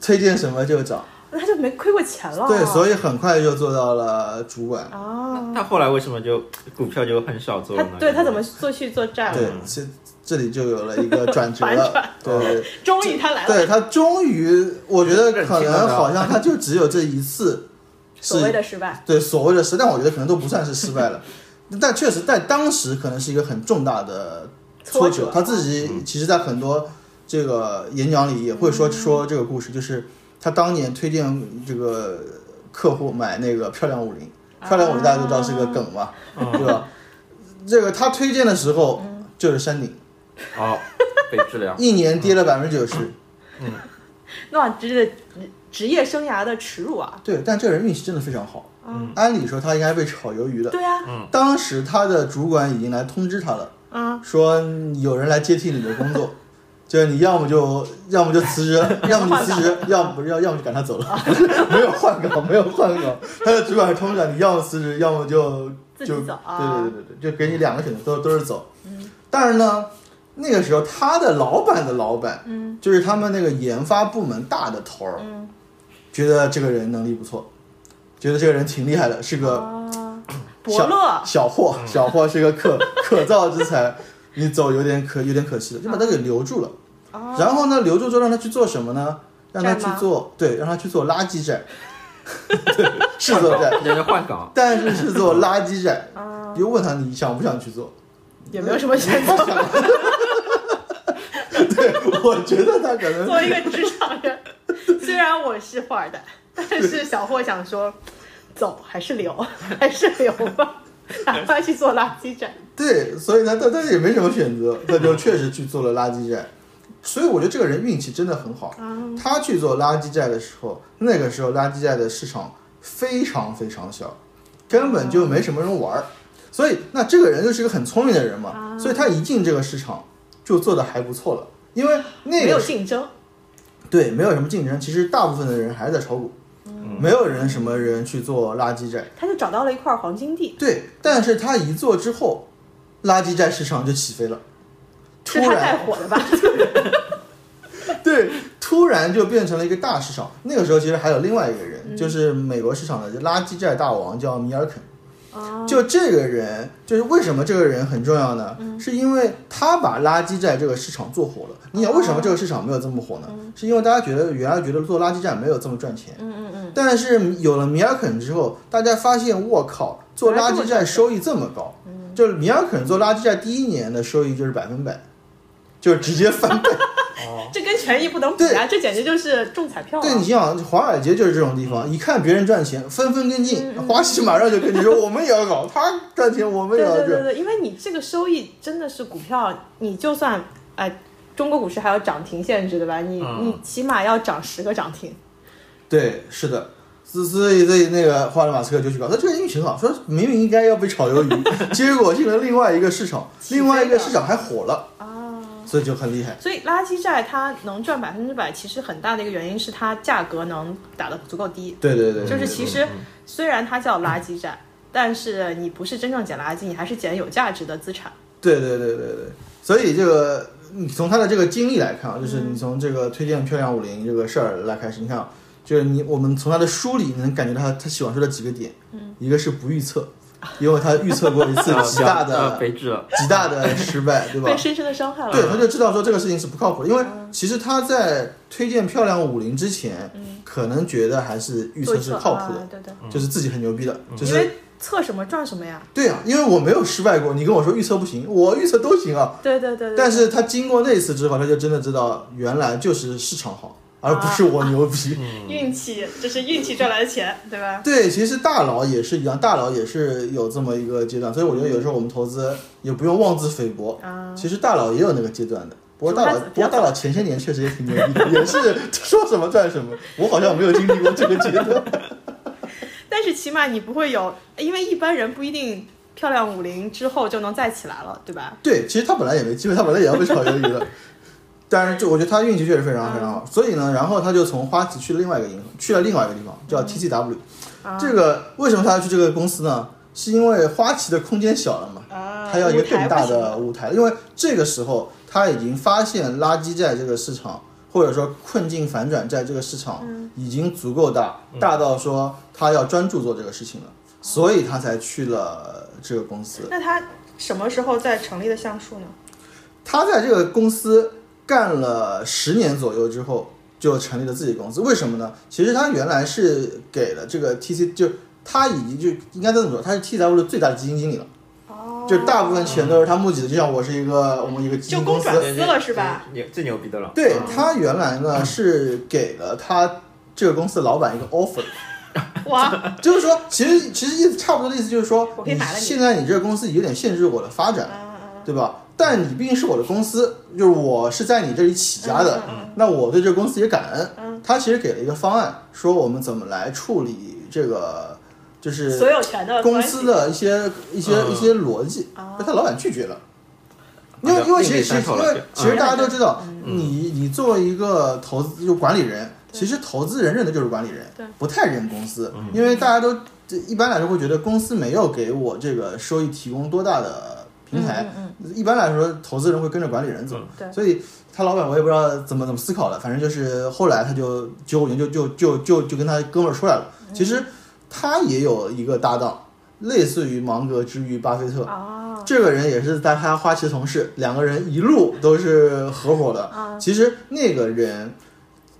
[SPEAKER 1] 推荐什么就涨，
[SPEAKER 2] 他就没亏过钱了。
[SPEAKER 1] 对，所
[SPEAKER 2] 以
[SPEAKER 1] 以很快就做到了主管。
[SPEAKER 2] 啊，
[SPEAKER 3] 那后来为什么就股票就很少做
[SPEAKER 2] 他
[SPEAKER 3] 了呢？
[SPEAKER 2] 对他怎么做去做债
[SPEAKER 1] 对
[SPEAKER 2] 了？，
[SPEAKER 1] 这这里就有了一个 转折
[SPEAKER 2] 反
[SPEAKER 1] 了
[SPEAKER 2] 转。哦
[SPEAKER 1] 对，
[SPEAKER 2] 终于他来了，
[SPEAKER 1] 对他终于，我觉得可能好像他就只有这一 次
[SPEAKER 2] 所谓
[SPEAKER 1] 是
[SPEAKER 2] 的失败。
[SPEAKER 1] 对所谓的失，但我觉得可能都不算是失败了。但确实在当时可能是一个很重大的挫
[SPEAKER 2] 挫
[SPEAKER 1] 折
[SPEAKER 2] 折。啊嗯
[SPEAKER 1] 他自己其实，在很多这个演讲里也会说说这个故事，就是他当年推荐这个客户买那个漂亮五零，漂亮五零大家都知道是
[SPEAKER 2] 啊
[SPEAKER 1] 个梗嘛，对吧？这个他推荐的时候
[SPEAKER 2] 嗯
[SPEAKER 1] 就是山顶，
[SPEAKER 3] 哦，被治疗。
[SPEAKER 1] 一年跌了百分之九十，
[SPEAKER 2] 那职职业生涯的耻辱啊！
[SPEAKER 1] 对，但这个人运气真的非常好。
[SPEAKER 2] 嗯
[SPEAKER 1] 按理说他应该被炒鱿鱼的，
[SPEAKER 2] 对啊，
[SPEAKER 1] 当时他的主管已经来通知他了，
[SPEAKER 2] 嗯，
[SPEAKER 1] 说有人来接替你的工作， 就是你要么就要么就辞 职，要么你辞职，要么要要么就赶他走了， 没有换岗，没有换岗。他的主管是通知他，你要么辞职，要么就
[SPEAKER 2] 自己
[SPEAKER 1] 就对
[SPEAKER 2] 走啊嗯
[SPEAKER 1] 对对对对，就给你两个选择，都都是走。但是呢，那个时候他的老板的老板，嗯，就是他们那个研发部门大的头儿，
[SPEAKER 2] 嗯，
[SPEAKER 1] 觉得这个人能力不错，觉得这个人挺厉害的，是个
[SPEAKER 2] 啊，伯
[SPEAKER 1] 小
[SPEAKER 2] 乐，
[SPEAKER 1] 小霍，小霍是个可 可造之才，你走有点可有点可惜了，就把他给留住了。
[SPEAKER 2] 哦
[SPEAKER 1] 然后呢，留住之后让他去做什么呢？让他去
[SPEAKER 2] 债吗
[SPEAKER 1] 做对，让他去做垃圾债， 对，是做 债，
[SPEAKER 3] 人家 换岗，
[SPEAKER 1] 但是是做垃圾债。
[SPEAKER 2] 啊，
[SPEAKER 1] 就问他你想不想去做？
[SPEAKER 2] 也没有什么选择。
[SPEAKER 1] 对，我觉得他可能
[SPEAKER 2] 作为一个职场人， 虽然我是富二代， 但是小霍想说，走还是留， 还是留 吧，哪怕去做垃圾站。
[SPEAKER 1] 对，所以呢，他他也没什么选择，他就确实去做了垃圾债。所以我觉得这个人运气真的很好。
[SPEAKER 2] 啊
[SPEAKER 1] 他去做垃圾债的时候，那个时候垃圾债的市场非常非常小，根本就没什么人玩儿。所以那这个人就是一个很聪明的人
[SPEAKER 2] 啊
[SPEAKER 1] 嘛，所以他一进这个市场就做的还不错了，因为那
[SPEAKER 2] 没
[SPEAKER 1] 个
[SPEAKER 2] 有竞争，
[SPEAKER 1] 对，没有什么竞争，其实大部分的人还是在炒股，没有人什么人去做垃圾债。
[SPEAKER 2] 他就找到了一块黄金地，
[SPEAKER 1] 对，但是他一做之后，垃圾债市场就起飞了，突
[SPEAKER 2] 是他带
[SPEAKER 1] 然
[SPEAKER 2] 火 的吧？
[SPEAKER 1] 对，突然就变成了一个大市场。那个时候其实还有另外一个人，就是美国市场的垃圾债大王，叫米尔肯。
[SPEAKER 2] 啊，
[SPEAKER 1] 就这个人，就是为什么这个人很重要呢？是因为他把垃圾债这个市场做火了。你想为什么这个市场没有这么火呢？是因为大家觉得原来觉得做垃圾站没有这么赚钱，
[SPEAKER 2] 嗯嗯嗯，
[SPEAKER 1] 但是有了米尔肯之后，大家发现我靠，做垃圾站收益这么嗯高，就是米尔肯做垃圾站第一年的收益就是百分百，就是直接翻倍。
[SPEAKER 2] 这跟权益不能比啊，这简直就是中彩票啊！嗯
[SPEAKER 1] 对你想，华尔街就是这种地方，一看别人赚钱，纷纷跟进，花旗马上就跟你说，我们也要搞，他赚钱，我们也
[SPEAKER 2] 对
[SPEAKER 1] 要
[SPEAKER 2] 对对
[SPEAKER 1] 赚。
[SPEAKER 2] 对，因为你这个收益真的是股票，你就算哎、中国股市还有涨停限制对吧？你、
[SPEAKER 3] 嗯
[SPEAKER 2] 你起码要涨十个涨停，
[SPEAKER 1] 对，是的。所所以所以那个花了马斯克就去搞，他这个运气很好，说明明应该要被炒鱿鱼， 结果进了另外一个市场，
[SPEAKER 2] 起飞
[SPEAKER 1] 另外一个
[SPEAKER 2] 了
[SPEAKER 1] 市场还火了啊，所以就很厉害。
[SPEAKER 2] 所以垃圾债它能赚百分之百，其实很大的一个原因是它价格能打得足够低。
[SPEAKER 1] 对对对，嗯对
[SPEAKER 2] 就是其实虽然它叫垃圾债，但是你不是真正捡垃圾，你还是捡有价值的资产。
[SPEAKER 1] 对对对对对，所以这个你从他的这个经历来看啊，就是你从这个推荐漂亮五零这个事儿来开始，你看啊，就是你我们从他的书里你能感觉到他他喜欢说的几个点，嗯，一个是不预测，因为他预测过一 次
[SPEAKER 3] 啊
[SPEAKER 1] 极大
[SPEAKER 3] 啊
[SPEAKER 1] 的
[SPEAKER 3] 被治了。
[SPEAKER 1] 极大的失败，对吧
[SPEAKER 2] 被？深深的伤害了。嗯
[SPEAKER 1] 对，他就知道说这个事情是不靠谱的，因为其实他在推荐漂亮五零之前，
[SPEAKER 2] 嗯
[SPEAKER 1] 可能觉得还是预测
[SPEAKER 2] 做
[SPEAKER 1] 是
[SPEAKER 2] 错
[SPEAKER 1] 靠谱
[SPEAKER 2] 啊
[SPEAKER 1] 的，
[SPEAKER 2] 对对，
[SPEAKER 1] 就是自己很牛逼的，就
[SPEAKER 2] 因
[SPEAKER 1] 是
[SPEAKER 2] 为测什么赚什么呀。
[SPEAKER 1] 对啊，因为我没有失败过，你跟我说预测不行，我预测都行啊，
[SPEAKER 2] 对对对对。
[SPEAKER 1] 但是他经过那次之后，他就真的知道原来就是市场好，而不是我牛逼。
[SPEAKER 2] 运气，这是运气赚来的钱，对吧？
[SPEAKER 1] 对，其实大佬也是一样，大佬也是有这么一个阶段，所以我觉得有时候我们投资也不用妄自菲薄。
[SPEAKER 2] 啊，
[SPEAKER 1] 其实大佬也有那个阶段的，不过大
[SPEAKER 2] 就
[SPEAKER 1] 佬
[SPEAKER 2] 他，
[SPEAKER 1] 不过大佬前些年确实也挺牛逼的，也是 说什么赚什么。我好像没有经历过这个阶段。
[SPEAKER 2] 但是起码你不会有，因为一般人不一定漂亮五零之后就能再起来了，对吧？
[SPEAKER 1] 对，其实他本来也没机会，他本来也要被炒鱿鱼 的。但是就我觉得他运气确实非常非常
[SPEAKER 2] 嗯
[SPEAKER 1] 好，所以呢，然后他就从花旗去了另外一个银行，去了另外一个地方
[SPEAKER 2] 嗯
[SPEAKER 1] 叫 TCW。这
[SPEAKER 2] 啊
[SPEAKER 1] 个为什么他要去这个公司呢？是因为花旗的空间小了嘛，
[SPEAKER 2] 啊，
[SPEAKER 1] 他要一个
[SPEAKER 2] 舞台
[SPEAKER 1] 更大
[SPEAKER 2] 不行
[SPEAKER 1] 的
[SPEAKER 2] 了
[SPEAKER 1] 舞台，因为这个时候他已经发现垃圾债这个市场，或者说困境反转债这个市场
[SPEAKER 2] 嗯
[SPEAKER 1] 已经足够大，大到说他要专注做这个事情了，所以他才去了这个公司。
[SPEAKER 2] 那他什么时候再成立的橡树呢？
[SPEAKER 1] 他在这个公司干了十年左右之后，就成立了自己的公司。为什么呢？其实他原来是给了这个 TC，就他已经就应该这么说，他是 TW 的最大的基金经理了。
[SPEAKER 2] 哦
[SPEAKER 1] 就大部分钱都是他募集的，就像我是一个我们一个基
[SPEAKER 2] 就
[SPEAKER 1] 金公
[SPEAKER 2] 公
[SPEAKER 1] 司
[SPEAKER 2] 转，
[SPEAKER 3] 对
[SPEAKER 2] 撕了是吧？
[SPEAKER 3] 牛最牛逼的了。
[SPEAKER 1] 对
[SPEAKER 3] 嗯
[SPEAKER 1] 他原来呢是给了他这个公司的老板一个 offer，
[SPEAKER 2] 哇，
[SPEAKER 1] 就是说，其实其实意思差不多的意思就是说
[SPEAKER 2] 我，可以买了你嗯
[SPEAKER 1] 现在你这个公司有点限制我的发展，对吧？但你毕竟是我的公司，就是我是在你这里起家
[SPEAKER 2] 嗯
[SPEAKER 1] 的，那我对这个公司也感恩。他其实给了一个方案，说我们怎么来处理这个，就是
[SPEAKER 2] 所有权的
[SPEAKER 1] 公
[SPEAKER 2] 关
[SPEAKER 1] 司
[SPEAKER 2] 系哦
[SPEAKER 1] 的一些一些
[SPEAKER 3] 嗯
[SPEAKER 1] 一些逻辑，但他老板拒绝了。因为
[SPEAKER 3] 好的
[SPEAKER 1] 因为其实其
[SPEAKER 3] 另类
[SPEAKER 1] 实
[SPEAKER 3] 参考
[SPEAKER 1] 因
[SPEAKER 3] 了
[SPEAKER 1] 为
[SPEAKER 3] 嗯
[SPEAKER 1] 其实大家都知道，
[SPEAKER 2] 嗯
[SPEAKER 1] 你你作为一个投资就管理人，其实投资人认的就是管理人
[SPEAKER 2] 对，
[SPEAKER 1] 不太认公司，因为大家都这一般来说会觉得公司没有给我这个收益提供多大的平台，一般来说投资人会跟着管理人走，
[SPEAKER 2] 嗯对
[SPEAKER 1] 所以他老板我也不知道怎么怎么思考的，反正就是后来他就九五年就就就就就跟他哥们儿出来了。
[SPEAKER 2] 嗯
[SPEAKER 1] 其实他也有一个搭档，类似于芒格之于巴菲特。
[SPEAKER 2] 啊，
[SPEAKER 1] 这个人也是在他花旗同事，两个人一路都是合伙
[SPEAKER 2] 嗯
[SPEAKER 1] 的。其实那个人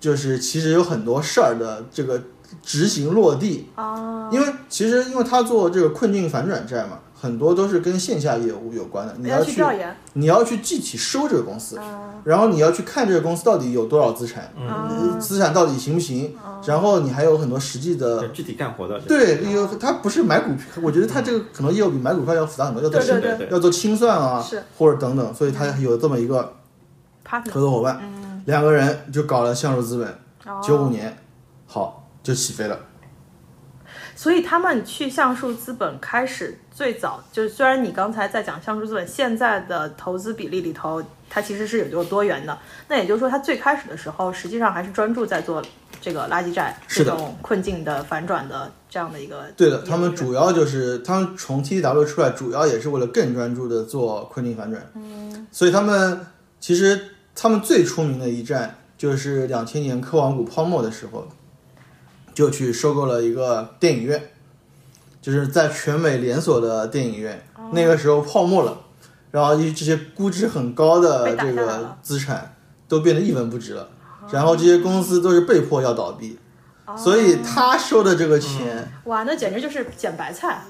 [SPEAKER 1] 就是其实有很多事儿的这个执行落地
[SPEAKER 2] 啊，
[SPEAKER 1] 因为其实因为他做这个困境反转债嘛，很多都是跟线下业务有关的，你
[SPEAKER 2] 要
[SPEAKER 1] 去
[SPEAKER 2] 调研
[SPEAKER 1] 你要去具体收这个公司，
[SPEAKER 2] 啊
[SPEAKER 1] 然后你要去看这个公司到底有多少资产，
[SPEAKER 3] 嗯
[SPEAKER 2] 啊
[SPEAKER 1] 资产到底行不行，
[SPEAKER 2] 哦
[SPEAKER 1] 然后你还有很多实际
[SPEAKER 3] 就
[SPEAKER 1] 的。
[SPEAKER 3] 具体干活的人。
[SPEAKER 1] 对，有他不是买股，我觉得他这个可能业务比买股票要复杂很多，要做
[SPEAKER 2] 对
[SPEAKER 1] 清
[SPEAKER 2] 对
[SPEAKER 3] 对对
[SPEAKER 1] 要做清算啊
[SPEAKER 2] 是，
[SPEAKER 1] 或者等等，所以他有这么一个合
[SPEAKER 2] ，partner，
[SPEAKER 1] 作伙伴，
[SPEAKER 2] 嗯，
[SPEAKER 1] 两个人就搞了橡树资本，
[SPEAKER 2] 哦
[SPEAKER 1] 九五年，好就起飞了。
[SPEAKER 2] 所以他们去橡树资本开始最早就是，虽然你刚才在讲橡树资本现在的投资比例里头，它其实是有多元的。那也就是说，它最开始的时候，实际上还是专注在做这个垃圾债这
[SPEAKER 1] 是的
[SPEAKER 2] 种困境的反转的这样的一个。
[SPEAKER 1] 对的，他们主要就是他们从 TW 出来，主要也是为了更专注的做困境反转。嗯，所以他们其实他们最出名的一战就是两千年科网股泡沫的时候，就去收购了一个电影院，就是在全美连锁的电影院。
[SPEAKER 2] 哦
[SPEAKER 1] 那个时候泡沫了，然后一这些估值很高
[SPEAKER 2] 被
[SPEAKER 1] 的
[SPEAKER 2] 打下
[SPEAKER 1] 这个
[SPEAKER 2] 来了哦
[SPEAKER 1] 资产都变得一文不值了，然后这些公司都是被迫要倒闭。所以他收的这个钱，
[SPEAKER 2] 哇，那简直就是捡白菜。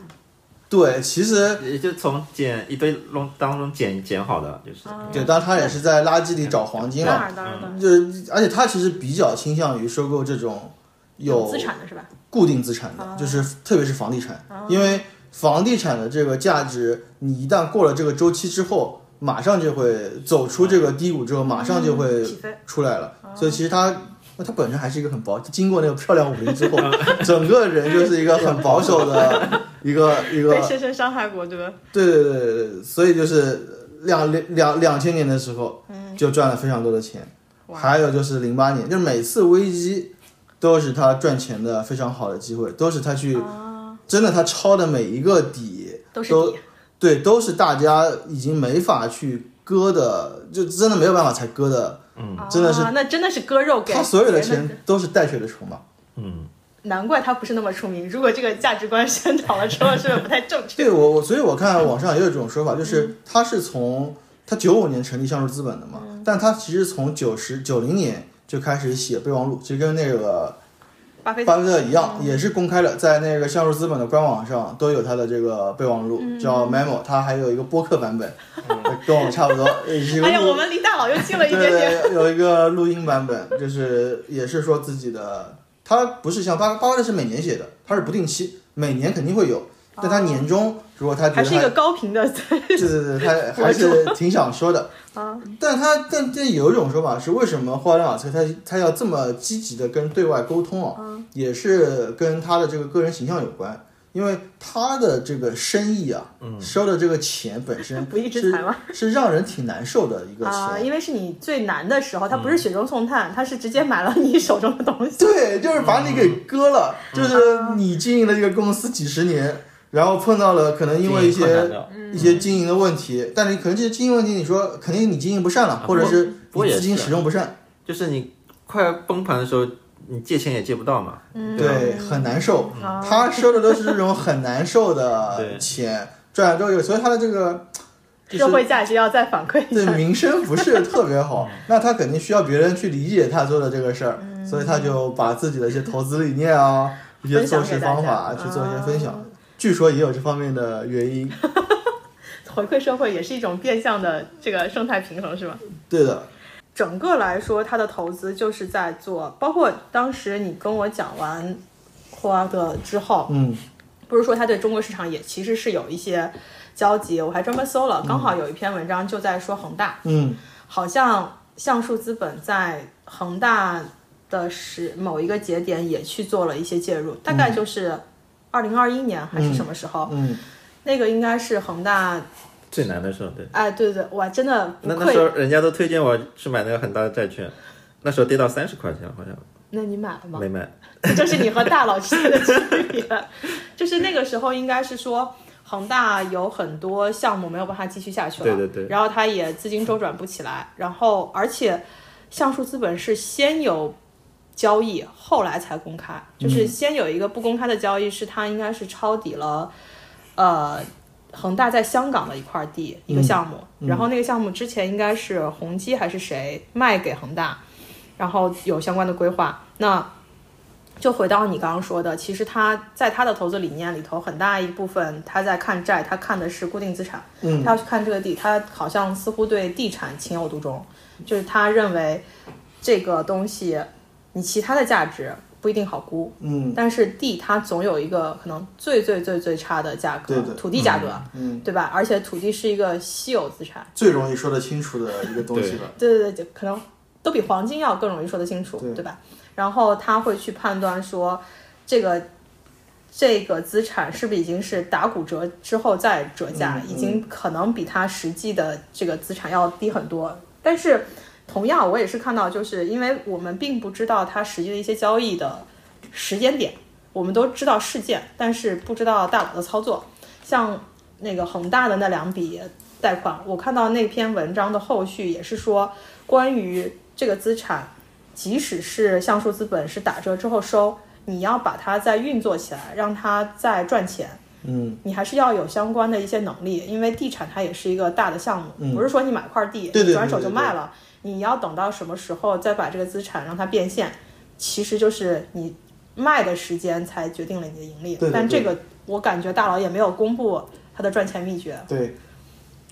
[SPEAKER 1] 对，其实
[SPEAKER 3] 也就从捡一堆弄当中捡捡好的，就是
[SPEAKER 2] 啊
[SPEAKER 1] 对，当然他也是在垃圾里找黄金
[SPEAKER 2] 当
[SPEAKER 1] 了，
[SPEAKER 2] 然，当然，当然，
[SPEAKER 1] 就是而且他其实比较倾向于收购这种有
[SPEAKER 2] 资产的哦是吧？
[SPEAKER 1] 固定资产的，就是特别是房地产，因为房地产的这个价值，你一旦过了这个周期之后，马上就会走出这个低谷之后，马上
[SPEAKER 2] 嗯
[SPEAKER 1] 就会
[SPEAKER 2] 起飞
[SPEAKER 1] 出来了，
[SPEAKER 2] 哦
[SPEAKER 1] 所以其实他。那他本身还是一个很保，经过那个漂亮五零之 后，整个人就是一个很保守的一个一个
[SPEAKER 2] 被深深伤害过，对吧？
[SPEAKER 1] 对对对对对，所以就是两两两两千年的时候，就赚了非常多的钱。还有就是零八年，就是每次危机都是他赚钱的非常好的机会，都是他去、真的他抄的每一个底
[SPEAKER 2] 都是
[SPEAKER 1] 啊都
[SPEAKER 2] 底
[SPEAKER 1] 对，都是大家已经没法去割的，就真的没有办法才割的。嗯，真的是
[SPEAKER 2] 啊，那真的是割肉给
[SPEAKER 1] 他所有的
[SPEAKER 2] 别人
[SPEAKER 1] 钱都是带血的筹码。
[SPEAKER 2] 难怪他不是那么出名。如果这个价值观宣导了之后，是不是不太正确？
[SPEAKER 1] 对我我，所以我
[SPEAKER 2] 嗯
[SPEAKER 1] 看网上也有这种说法，就是他是从他九五年成立橡树资本的嘛，
[SPEAKER 2] 嗯
[SPEAKER 1] 但他其实从九十九零年就开始写备忘录，其实跟那个
[SPEAKER 2] 巴菲特
[SPEAKER 1] 巴菲特一样，
[SPEAKER 2] 嗯
[SPEAKER 1] 也是公开的，在那个橡树资本的官网上都有他的这个备忘录，
[SPEAKER 2] 嗯
[SPEAKER 1] 叫 Memo，他还有一个播客版本， 跟我们差不 多，也是一个
[SPEAKER 2] 哎呀，
[SPEAKER 1] 录
[SPEAKER 2] 我们离大佬又近了一点点。
[SPEAKER 1] 对，有一个录音版本，就是也是说自己的，他不是像巴巴菲特是每年写的，他是不定期，每年肯定会有，但他年终如果他觉
[SPEAKER 2] 哦还
[SPEAKER 1] 得
[SPEAKER 2] 是一
[SPEAKER 1] 他
[SPEAKER 2] 个高频的，
[SPEAKER 1] 对对对，他还是挺想说的
[SPEAKER 2] 啊。
[SPEAKER 1] 但他但这有一种说法是，为什么霍兰老师他他要这么积极的跟对外沟通啊？
[SPEAKER 2] 嗯
[SPEAKER 1] 也是跟他的这个个人形象有关，因为他的这个生意啊，收的这个钱本身
[SPEAKER 2] 不义之
[SPEAKER 1] 是
[SPEAKER 2] 财吗
[SPEAKER 1] 是让人挺难受的一个
[SPEAKER 2] 啊，
[SPEAKER 1] 钱。嗯
[SPEAKER 2] 因为是你最难的时候，他不是雪中送炭，他是直接买了你手中的东西。
[SPEAKER 1] 对，就是把你
[SPEAKER 3] 嗯
[SPEAKER 1] 给割了，就是你经营了一个公司几十年，然后碰到了可能因为一
[SPEAKER 3] 经营困难
[SPEAKER 1] 些
[SPEAKER 3] 的
[SPEAKER 1] 一些经营的问题，但是可能这些经营问题，你说肯定你经营不善了，
[SPEAKER 3] 啊
[SPEAKER 1] 或者是
[SPEAKER 3] 不过
[SPEAKER 1] 你
[SPEAKER 3] 也
[SPEAKER 1] 资金
[SPEAKER 3] 是
[SPEAKER 1] 使用不善，
[SPEAKER 3] 就是你快崩盘的时候，你借钱也借不到嘛。嗯
[SPEAKER 1] 对，很难受。
[SPEAKER 2] 啊
[SPEAKER 1] 他收的都是这种很难受的
[SPEAKER 3] 对
[SPEAKER 1] 钱，赚了之后有，所以他的这个
[SPEAKER 2] 社会价值要再反馈 一
[SPEAKER 1] 对
[SPEAKER 2] 下。
[SPEAKER 1] 名声不是 特别好，那他肯定需要别人去理解他做的这个事儿，
[SPEAKER 2] 嗯
[SPEAKER 1] 所以他就把自己的一些投资理念啊、一些
[SPEAKER 2] 分享
[SPEAKER 1] 做
[SPEAKER 2] 给
[SPEAKER 1] 事
[SPEAKER 2] 大
[SPEAKER 1] 方法
[SPEAKER 2] 家
[SPEAKER 1] 去做一些分
[SPEAKER 2] 啊
[SPEAKER 1] 享。据说也有这方面的原 因，
[SPEAKER 2] 回馈社会也是一种变相的这个生态平衡，是吧？
[SPEAKER 1] 对的。
[SPEAKER 2] 整个来说，他的投资就是在做，包括当时你跟我讲完霍华德之后，
[SPEAKER 1] 嗯，
[SPEAKER 2] 不是说他对中国市场也其实是有一些交集，我还专门搜了，刚好有一篇文章就在说恒大，
[SPEAKER 1] 嗯
[SPEAKER 2] 好像橡树资本在恒大的时某一个节点也去做了一些介入，大概
[SPEAKER 3] 嗯
[SPEAKER 2] 就是二零二一年还是什么时候，
[SPEAKER 1] 嗯，
[SPEAKER 2] 那个应该是恒大，
[SPEAKER 3] 最难的时候，对。
[SPEAKER 2] 哎，对对，哇，真的不
[SPEAKER 3] 那那时
[SPEAKER 2] 愧，
[SPEAKER 3] 候人家都推荐我去买那个恒大的债券，那时候跌到三十块钱好像
[SPEAKER 2] 那你买了吗？
[SPEAKER 3] 没买。
[SPEAKER 2] 这是你和大佬之间的区别。就是那个时候应该是说，恒大有很多项目没有办法继续下去了，
[SPEAKER 3] 对对对
[SPEAKER 2] 然后它也资金周转不起来，然后而且橡树资本是先有。交易后来才公开，
[SPEAKER 3] 嗯
[SPEAKER 2] 就是先有一个不公开的交易，是它应该是抄底了，呃，恒大在香港的一块地一个
[SPEAKER 3] 嗯
[SPEAKER 2] 项目，然后那个项目之前应该是宏基还是谁卖给恒大，然后有相关的规划。那就回到你刚刚说的，其实他在他的投资理念里头，很大一部分他在看债，他看的是固定资产，
[SPEAKER 1] 嗯，
[SPEAKER 2] 他要去看这个地，他好像似乎对地产情有独钟，就是他认为这个东西你其他的价值不一定好估，
[SPEAKER 1] 嗯，
[SPEAKER 2] 但是地它总有一个可能最最最最差的价格，
[SPEAKER 1] 对的
[SPEAKER 2] 土地价格，
[SPEAKER 1] 嗯，
[SPEAKER 2] 对吧？而且土地是一个稀有资产，
[SPEAKER 1] 最容易说得清楚的一个东西了。
[SPEAKER 2] 对对对，就可能都比黄金要更容易说得清楚，
[SPEAKER 1] 对
[SPEAKER 2] 对吧？然后他会去判断说，这个这个资产是不是已经是打骨折之后再折价，
[SPEAKER 1] 嗯
[SPEAKER 2] 已经可能比它实际的这个资产要低很多。但是同样，我也是看到，就是因为我们并不知道它实际的一些交易的时间点，我们都知道事件，但是不知道大佬的操作。像那个恒大的那两笔贷款，我看到那篇文章的后续也是说，关于这个资产，即使是橡树资本是打折之后收，你要把它再运作起来，让它再赚钱。
[SPEAKER 1] 嗯，
[SPEAKER 2] 你还是要有相关的一些能力，因为地产它也是一个大的项目，
[SPEAKER 1] 嗯
[SPEAKER 2] 不是说你买块地
[SPEAKER 1] 对对对
[SPEAKER 2] 转手就
[SPEAKER 1] 对对
[SPEAKER 2] 卖了，你要等到什么时候再把这个资产让它变现，其实就是你卖的时间才决定了你的盈利。
[SPEAKER 1] 对对
[SPEAKER 2] 但
[SPEAKER 1] 对
[SPEAKER 2] 这个我感觉大佬也没有公布他的赚钱秘诀，
[SPEAKER 1] 对，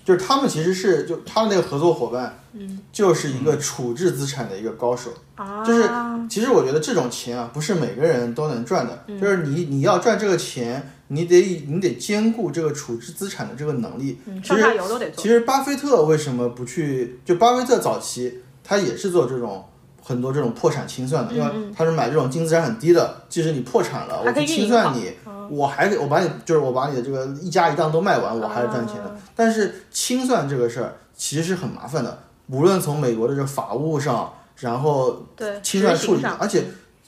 [SPEAKER 1] 就是他们其实是就他们那个合作伙伴，嗯，就是一个处置资产的一个高手。
[SPEAKER 2] 啊嗯
[SPEAKER 1] 就是其实我觉得这种钱啊，不是每个人都能赚的，就是你你要赚这个钱，你得你得兼顾这个处置资产的这个能力。
[SPEAKER 2] 嗯，
[SPEAKER 1] 其
[SPEAKER 2] 上
[SPEAKER 1] 实
[SPEAKER 2] 下游都得做
[SPEAKER 1] 其。实巴菲特为什么不去？就巴菲特早期他也是做这种很多这种破产清算的，因为他是买这种净资产很低的，即使你破产了，我
[SPEAKER 2] 嗯还嗯可
[SPEAKER 1] 去
[SPEAKER 2] 以
[SPEAKER 1] 清算你，我还得我把你就是我把你的这个一家一档都卖完，我还是赚钱
[SPEAKER 2] 啊
[SPEAKER 1] 的。但是清算这个事儿其实是很麻烦的，无论从美国的这个法务上，然后
[SPEAKER 2] 对，
[SPEAKER 1] 清算
[SPEAKER 2] 执
[SPEAKER 1] 处
[SPEAKER 2] 行
[SPEAKER 1] 理
[SPEAKER 2] 上，
[SPEAKER 1] 而且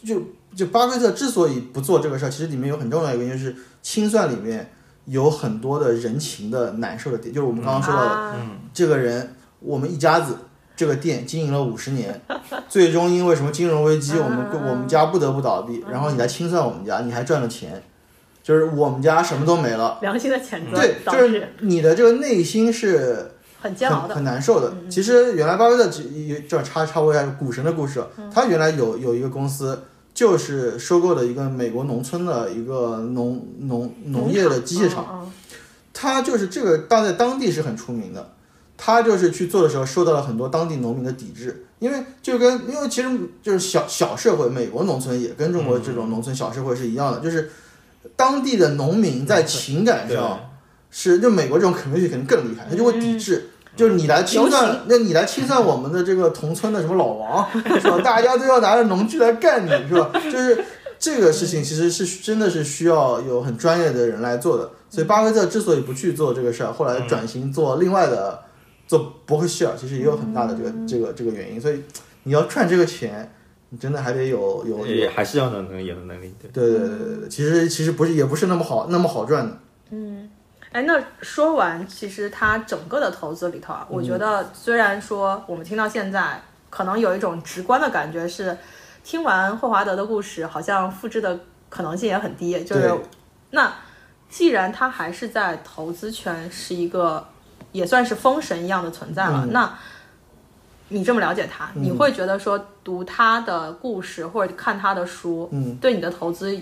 [SPEAKER 1] 就就巴菲特之所以不做这个事儿，其实里面有很重要的一个原因是清算里面有很多的人情的难受的点，就是我们刚刚说到的，
[SPEAKER 2] 啊
[SPEAKER 1] 这个人，我们一家子这个店经营了五十年，最终因为什么金融危机，我们
[SPEAKER 2] 嗯
[SPEAKER 1] 我们家不得不倒闭，然后你来清算我们家，你还赚了钱，就是我们家什么都没了。
[SPEAKER 2] 良心的谴责，
[SPEAKER 1] 对，
[SPEAKER 2] 嗯导
[SPEAKER 1] 就
[SPEAKER 2] 致
[SPEAKER 1] 是你的这个内心是
[SPEAKER 2] 很煎熬
[SPEAKER 1] 很
[SPEAKER 2] 的。嗯
[SPEAKER 1] 很难受的。其实原来巴菲特只也这插插播一下股神的故事，啊
[SPEAKER 2] 嗯
[SPEAKER 1] 他原来有有一个公司，就是收购了一个美国农村的一个农农农业的机械厂，
[SPEAKER 2] 厂，
[SPEAKER 1] 他就是这个当在当地是很出名的，他就是去做的时候受到了很多当地农民的抵制，因为就跟因为其实就是小小社会，美国农村也跟中国这种农村小社会是一样的，就是当地的农民在情感
[SPEAKER 3] 对，
[SPEAKER 1] 上是就美国这种 community 肯定更厉害，他就会抵制。就是你来清算，那你来清算我们的这个同村的什么老王，是吧？大家都要拿着农具来干你，是吧？就是这个事情其实是真的是需要有很专业的人来做的。所以巴菲特之所以不去做这个事儿，后来转型做另外的，做伯克希尔，其实也有很大的这个
[SPEAKER 2] 嗯
[SPEAKER 1] 这个这个原因。所以你要赚这个钱，你真的还得有有有
[SPEAKER 3] 也还是要能能有能力对。
[SPEAKER 1] 对对对对对，其实其实不是也不是那么好那么好赚的。
[SPEAKER 2] 哎，那说完，其实他整个的投资里头啊，我
[SPEAKER 1] 嗯
[SPEAKER 2] 觉得虽然说我们听到现在，可能有一种直观的感觉是，听完霍华德的故事，好像复制的可能性也很低。就是
[SPEAKER 1] 对
[SPEAKER 2] 那既然他还是在投资圈是一个也算是封神一样的存在了，
[SPEAKER 1] 嗯
[SPEAKER 2] 那你这么了解他，你会觉得说读他的故事或者看他的书，
[SPEAKER 1] 嗯
[SPEAKER 2] 对你的投资，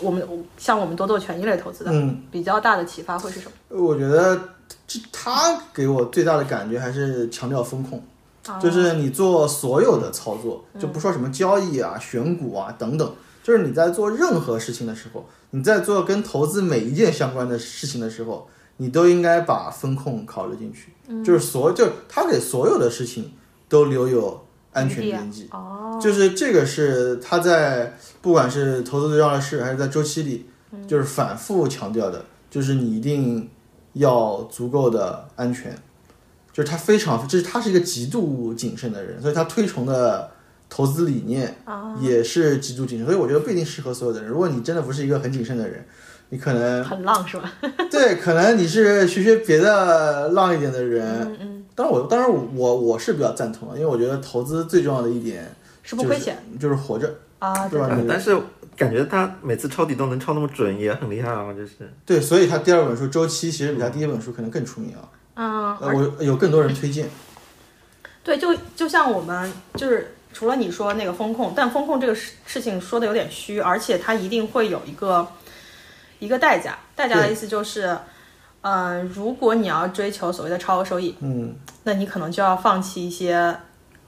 [SPEAKER 2] 我们我像我们多做权益类投资的。
[SPEAKER 1] 嗯，
[SPEAKER 2] 比较大的启发会是什么？
[SPEAKER 1] 我觉得这他给我最大的感觉还是强调风控，
[SPEAKER 2] 哦
[SPEAKER 1] 就是你做所有的操作，
[SPEAKER 2] 嗯
[SPEAKER 1] 就不说什么交易啊、选股啊等等，就是你在做任何事情的时候，你在做跟投资每一件相关的事情的时候，你都应该把风控考虑进去，
[SPEAKER 2] 嗯
[SPEAKER 1] 就是所就是他给所有的事情都留有安全
[SPEAKER 4] 余地啊
[SPEAKER 1] 边际。
[SPEAKER 4] 哦，
[SPEAKER 1] 就是这个是他在不管是投资对象的事还是在周期里，
[SPEAKER 2] 嗯
[SPEAKER 1] 就是反复强调的，就是你一定要足够的安全。就是他非常，就是他是一个极度谨慎的人，所以他推崇的投资理念
[SPEAKER 2] 啊
[SPEAKER 1] 也是极度谨慎，所以我觉得不一定适合所有的人。如果你真的不是一个很谨慎的人，你可能
[SPEAKER 4] 很浪是吧？
[SPEAKER 1] 对，可能你是学学别的浪一点的人。嗯嗯。当然我，当然我我我是比较赞同的，因为我觉得投资最重要的一点
[SPEAKER 2] 是不亏钱
[SPEAKER 1] 就是，就是活着，
[SPEAKER 2] 啊，
[SPEAKER 1] 对吧？
[SPEAKER 3] 哎
[SPEAKER 1] 你
[SPEAKER 3] 但是感觉他每次抄底都能抄那么准，也很厉害啊！就是
[SPEAKER 1] 对，所以他第二本书《周期》其实比他第一本书可能更出名啊。
[SPEAKER 2] 嗯，
[SPEAKER 1] 呃我有更多人推荐，
[SPEAKER 2] 对，就就像我们就是除了你说那个风控，但风控这个事事情说的有点虚，而且它一定会有一个一个代价，代价的
[SPEAKER 1] 对
[SPEAKER 2] 意思就是，呃，如果你要追求所谓的超额收益，
[SPEAKER 1] 嗯，
[SPEAKER 2] 那你可能就要放弃一些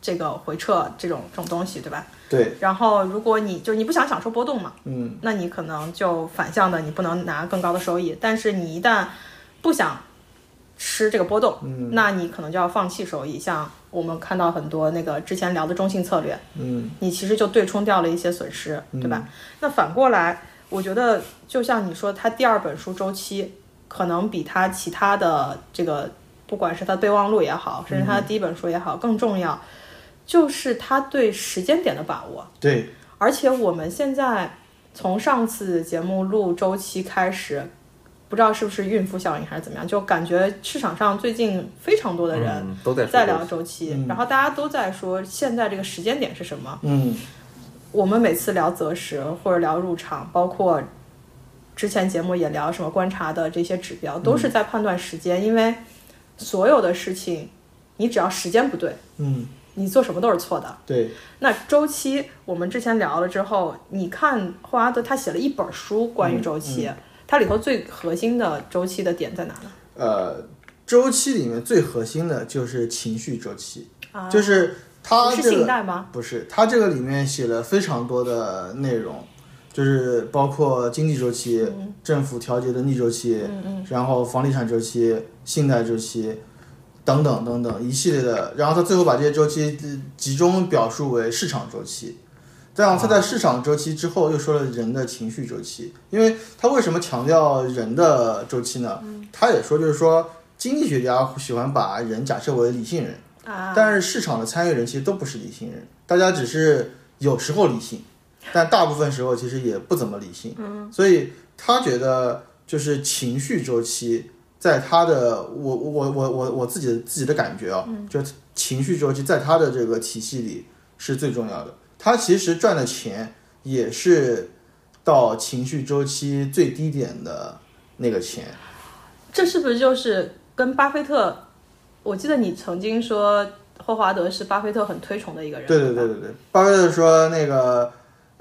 [SPEAKER 2] 这个回撤这种这种东西，对吧？
[SPEAKER 1] 对，
[SPEAKER 2] 然后如果你就是你不想享受波动嘛，
[SPEAKER 1] 嗯，
[SPEAKER 2] 那你可能就反向的，你不能拿更高的收益。但是你一旦不想吃这个波动，
[SPEAKER 1] 嗯
[SPEAKER 2] 那你可能就要放弃收益。像我们看到很多那个之前聊的中性策略，
[SPEAKER 1] 嗯，
[SPEAKER 2] 你其实就对冲掉了一些损失，对吧？那反过来，我觉得就像你说，他第二本书《周期》可能比他其他的这个，不管是他备忘录也好，甚至他的第一本书也好，更重要，就是他对时间点的把握。
[SPEAKER 1] 对，
[SPEAKER 2] 而且我们现在从上次节目录周期开始，不知道是不是孕妇效应还是怎么样，就感觉市场上最近非常多的人
[SPEAKER 3] 嗯都在说嗯
[SPEAKER 2] 在
[SPEAKER 3] 这个
[SPEAKER 2] 聊周期，然后大家都在说现在这个时间点是什么。
[SPEAKER 1] 嗯，
[SPEAKER 2] 我们每次聊择时或者聊入场，包括之前节目也聊什么观察的这些指标，都
[SPEAKER 3] 嗯
[SPEAKER 2] 是在判断时间，因为所有的事情，你只要时间不对，
[SPEAKER 1] 嗯，
[SPEAKER 2] 你做什么都是错的。
[SPEAKER 1] 对，
[SPEAKER 2] 那周期，我们之前聊了之后，你看霍华德他写了一本书关于
[SPEAKER 1] 嗯
[SPEAKER 2] 周期，它里头最核心的周期的点在哪呢？
[SPEAKER 1] 呃，周期里面最核心的就是情绪周期，就是
[SPEAKER 2] 啊不
[SPEAKER 1] 它
[SPEAKER 2] 是
[SPEAKER 1] 这
[SPEAKER 2] 信
[SPEAKER 1] 个
[SPEAKER 2] 贷吗？
[SPEAKER 1] 不是，它这个里面写了非常多的内容，就是包括经济周期、政府调节的逆周期，然后房地产周期、信贷周期等等等等一系列的。然后他最后把这些周期呃集中表述为市场周期。这样，他在市场周期之后又说了人的情绪周期，因为他为什么强调人的周期呢？他也说，就是说经济学家喜欢把人假设为理性人。
[SPEAKER 2] 啊，
[SPEAKER 1] 但是市场的参与人其实都不是理性人，大家只是有时候理性，但大部分时候其实也不怎么理性。嗯，所以他觉得就是情绪周期，在他的我我我我我自己的自己的感觉啊，就情绪周期在他的这个体系里是最重要的。他其实赚的钱也是到情绪周期最低点的那个钱。
[SPEAKER 2] 这是不是就是跟巴菲特？我记得你曾经说霍华德是巴菲特很推崇的一个人，
[SPEAKER 1] 对对对
[SPEAKER 2] 吧
[SPEAKER 1] 对对，巴菲特说那个，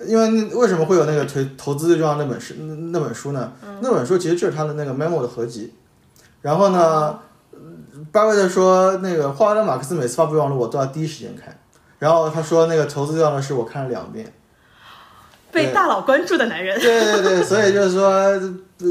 [SPEAKER 1] 因为那为什么会有那个投投资最重要那本书那那本书呢？
[SPEAKER 2] 嗯
[SPEAKER 1] 那本书其实就是他的那个 memo 的合集。然后呢，巴菲特说那个霍华德马克思每次发备忘录我都要第一时间看。然后他说那个投资最重要的是我看了两遍。
[SPEAKER 2] 被
[SPEAKER 1] 对
[SPEAKER 2] 大佬关注的男人
[SPEAKER 1] 对对 对，所以就是说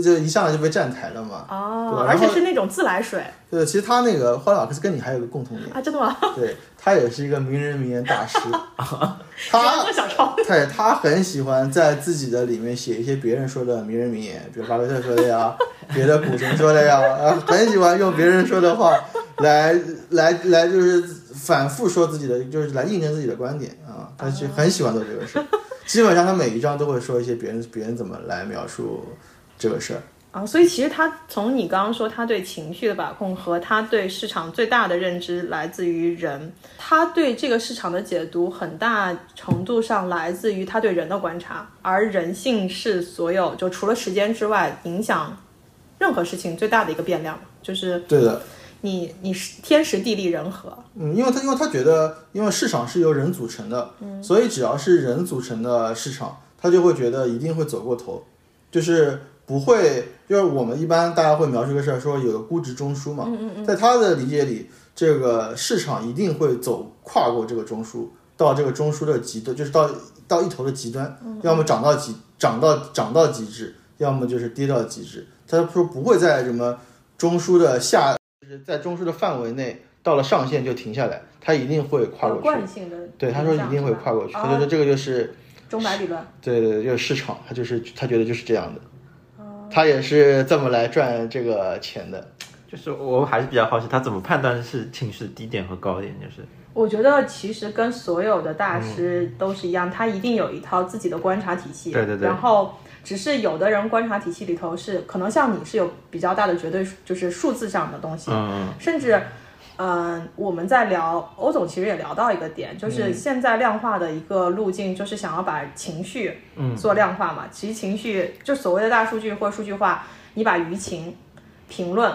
[SPEAKER 1] 就一上来就被站台了嘛。
[SPEAKER 2] 哦
[SPEAKER 1] 对，
[SPEAKER 2] 而
[SPEAKER 1] 然后
[SPEAKER 2] 且是那种自来水
[SPEAKER 1] 对，其实他那个霍华德马克思跟你还有一个共同点，
[SPEAKER 2] 啊，真的 吗？
[SPEAKER 1] 对他也是一个名人名言大 师。他
[SPEAKER 2] 喜欢做小抄，
[SPEAKER 1] 对， 他很喜欢在自己的里面写一些别人说的名人名言，比如巴菲特说的呀，别的股神说的呀，啊，很喜欢用别人说的话来来来，就是反复说自己的，就是来印证自己的观点啊。他是很喜欢做这个事儿， 基本上他每一章都会说一些别人别人怎么来描述这个事儿。
[SPEAKER 2] 啊，所以其实他从你刚刚说他对情绪的把控和他对市场最大的认知来自于人，他对这个市场的解读很大程度上来自于他对人的观察，而人性是所有就除了时间之外影响任何事情最大的一个变量嘛，就是
[SPEAKER 1] 对的，
[SPEAKER 2] 你你是天时地利人和，
[SPEAKER 1] 嗯，因为他因为他觉得，因为市场是由人组成的，所以只要是人组成的市场，他就会觉得一定会走过头。就是不会，就是我们一般大家会描述一个事儿，说有个估值中枢嘛。嗯嗯嗯在他的理解里，这个市场一定会走跨过这个中枢，到这个中枢的极端，就是到到一头的极端，要么涨到极涨到涨到极致，要么就是跌到极致。他说不会在什么中枢的下，就是在中枢的范围内，到了上限就停下来，它一定会跨过去。
[SPEAKER 2] 惯性的，
[SPEAKER 1] 对，他说一定会跨过去，他就
[SPEAKER 2] 哦
[SPEAKER 1] 说这个就是。
[SPEAKER 2] 钟摆理论，
[SPEAKER 1] 对对，对就是市场，他就是他觉得就是这样的，
[SPEAKER 2] 哦
[SPEAKER 1] 他也是这么来赚这个钱的。
[SPEAKER 3] 就是我还是比较好奇，他怎么判断是情绪的低点和高点？就是
[SPEAKER 2] 我觉得其实跟所有的大
[SPEAKER 3] 嗯
[SPEAKER 2] 师都是一样，他一定有一套自己的观察体系。
[SPEAKER 3] 对对对
[SPEAKER 2] 然后，只是有的人观察体系里头是可能像你是有比较大的绝对数，就是数字上的东西，
[SPEAKER 3] 嗯，
[SPEAKER 2] 甚至，嗯、我们在聊欧总其实也聊到一个点，
[SPEAKER 3] 嗯
[SPEAKER 2] 就是现在量化的一个路径，就是想要把情绪
[SPEAKER 3] 嗯
[SPEAKER 2] 做量化嘛。其实情绪就所谓的大数据或数据化，你把舆情、评论，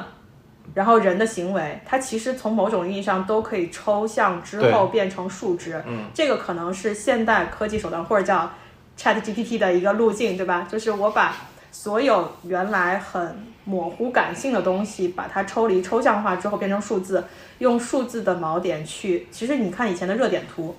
[SPEAKER 2] 然后人的行为，它其实从某种意义上都可以抽象之后变成数值。嗯，这个可能是现代科技手段或者叫 Chat GPT 的一个路径，对吧？就是我把所有原来很模糊感性的东西，把它抽离抽象化之后变成数字，用数字的锚点去，其实你看以前的热点图，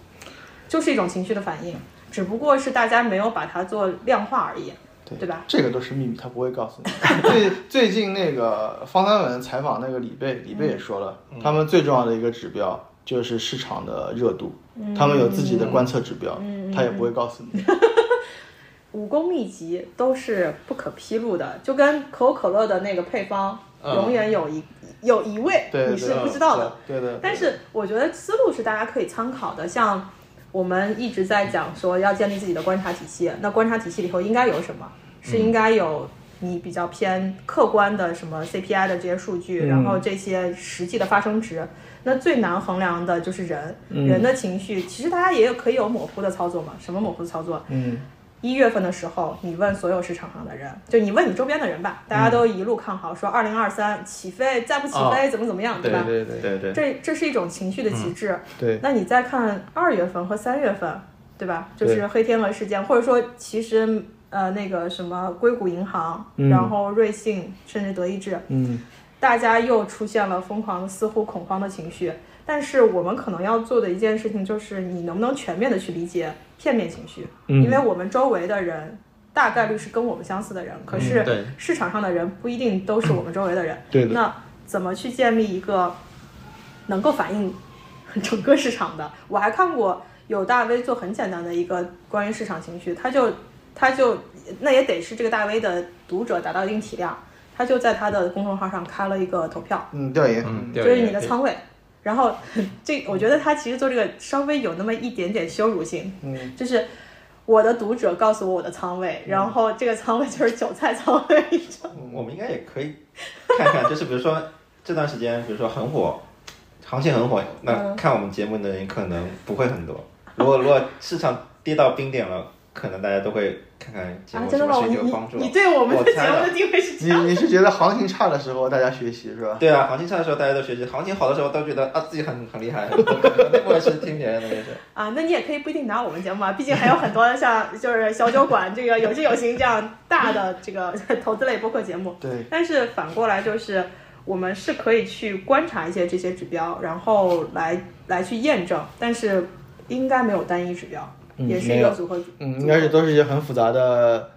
[SPEAKER 2] 就是一种情绪的反应，只不过是大家没有把它做量化而已，对吧？
[SPEAKER 1] 这个都是秘密，他不会告诉你。 最最近那个方三文采访那个李贝，李
[SPEAKER 2] 嗯
[SPEAKER 1] 贝也说了，他们最重要的一个指标就是市场的热度，
[SPEAKER 2] 嗯
[SPEAKER 1] 他们有自己的观测指标，他也不会告诉你。
[SPEAKER 2] 武功秘籍都是不可披露的，就跟可口可乐的那个配方，永远有一、有一位
[SPEAKER 1] 嗯对，
[SPEAKER 2] 你是
[SPEAKER 1] 对
[SPEAKER 2] 不知道的。。
[SPEAKER 1] 对对。对
[SPEAKER 2] 但是我觉得思路是大家可以参考的，像我们一直在讲说要建立自己的观察体系，那观察体系里头应该有什么？是
[SPEAKER 1] 嗯
[SPEAKER 2] 应该有你比较偏客观的什么 CPI 的这些数据，
[SPEAKER 1] 嗯
[SPEAKER 2] 然后这些实际的发生值。那最难衡量的就是人，
[SPEAKER 1] 嗯
[SPEAKER 2] 人的情绪，其实大家也有可以有模糊的操作嘛？什么模糊的操作？
[SPEAKER 1] 嗯，
[SPEAKER 2] 一月份的时候，你问所有市场上的人，就你问你周边的人吧，大
[SPEAKER 1] 嗯
[SPEAKER 2] 家都一路看好，说二零二三起飞，再不起飞、怎么怎么样，
[SPEAKER 1] 对
[SPEAKER 2] 吧？
[SPEAKER 1] 哦对对嗯
[SPEAKER 3] 对对，
[SPEAKER 2] 这这是一种情绪的极致。
[SPEAKER 1] 对，
[SPEAKER 2] 那你再看二月份和三月份，对吧？就是
[SPEAKER 1] 对
[SPEAKER 2] 黑天鹅事件，或者说其实呃那个什么硅谷银行，
[SPEAKER 1] 嗯
[SPEAKER 2] 然后瑞信，甚至德意志，
[SPEAKER 1] 嗯，
[SPEAKER 2] 大家又出现了疯狂的、似乎恐慌的情绪。但是我们可能要做的一件事情就是，你能不能全面的去理解片面情绪？
[SPEAKER 1] 嗯
[SPEAKER 2] 因为我们周围的人大概率是跟我们相似的人，可
[SPEAKER 3] 嗯对
[SPEAKER 2] 是市场上的人不一定都是我们周围的人。
[SPEAKER 1] 嗯对的。
[SPEAKER 2] 那怎么去建立一个能够反映 整个市场的？我还看过有大 V 做很简单的一个关于市场情绪，他就他就那也得是这个大 V 的读者达到一定体量，他就在他的公众号上开了一个投票，
[SPEAKER 1] 嗯，调研，
[SPEAKER 3] 嗯，
[SPEAKER 1] 嗯
[SPEAKER 3] 对
[SPEAKER 2] 就是你的仓位。然后这我觉得他其实做这个稍微有那么一点点羞辱性，
[SPEAKER 1] 嗯，
[SPEAKER 2] 就是。我的读者告诉我我的仓位，
[SPEAKER 3] 嗯
[SPEAKER 2] 然后这个仓位就是韭菜仓位，
[SPEAKER 3] 我们应该也可以看看， 就是比如说这段时间，比如说很火，行情很火，
[SPEAKER 2] 嗯
[SPEAKER 3] 那看我们节目的人可能不会很多。如果如果市场跌到冰点了，可能大家都会看看节
[SPEAKER 2] 啊
[SPEAKER 3] 目，
[SPEAKER 2] 真
[SPEAKER 3] 是
[SPEAKER 2] 的吗？
[SPEAKER 3] 不是
[SPEAKER 2] 你
[SPEAKER 3] 有帮助。
[SPEAKER 2] 你你对我们的
[SPEAKER 3] 我
[SPEAKER 2] 节
[SPEAKER 3] 猜的
[SPEAKER 2] 目的定位是这
[SPEAKER 1] 你
[SPEAKER 2] 样的？
[SPEAKER 1] 你是觉得行情差的时候大家学习是吧？
[SPEAKER 3] 对啊，行情差的时候大家都学习，行情好的时候都觉得啊自己很很厉 害，我也是听别人的也是。
[SPEAKER 2] 啊，那你也可以不一定拿我们节目啊，毕竟还有很多像就是小酒馆这个有志有行这样大的这个 投资类播客节目。
[SPEAKER 1] 对，
[SPEAKER 2] 但是反过来就是，我们是可以去观察一些这些指标，然后来来去验证，但是应该没有单一指标，
[SPEAKER 1] 嗯
[SPEAKER 2] 也是一
[SPEAKER 1] 没
[SPEAKER 2] 个
[SPEAKER 1] 有
[SPEAKER 2] 组合，
[SPEAKER 1] 嗯，应该是都是一些很复杂的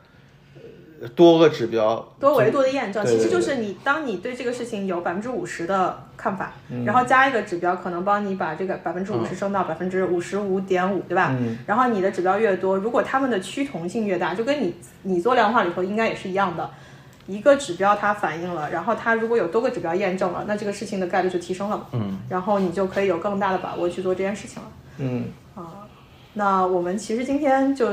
[SPEAKER 1] 呃多个指标，
[SPEAKER 2] 多维度的验证，
[SPEAKER 1] 对对
[SPEAKER 2] 其实就是你当你对这个事情有百分之五十的看法，
[SPEAKER 1] 嗯
[SPEAKER 2] 然后加一个指标，可能帮你把这个百分之五十升到百分之五十五点五，对吧？
[SPEAKER 1] 嗯
[SPEAKER 2] 然后你的指标越多，如果它们的趋同性越大，就跟你你做量化里头应该也是一样的，一个指标它反映了，然后它如果有多个指标验证了，那这个事情的概率就提升了嘛，嗯，然后你就可以有更大的把握去做这件事情了。
[SPEAKER 1] 嗯。
[SPEAKER 2] 那我们其实今天就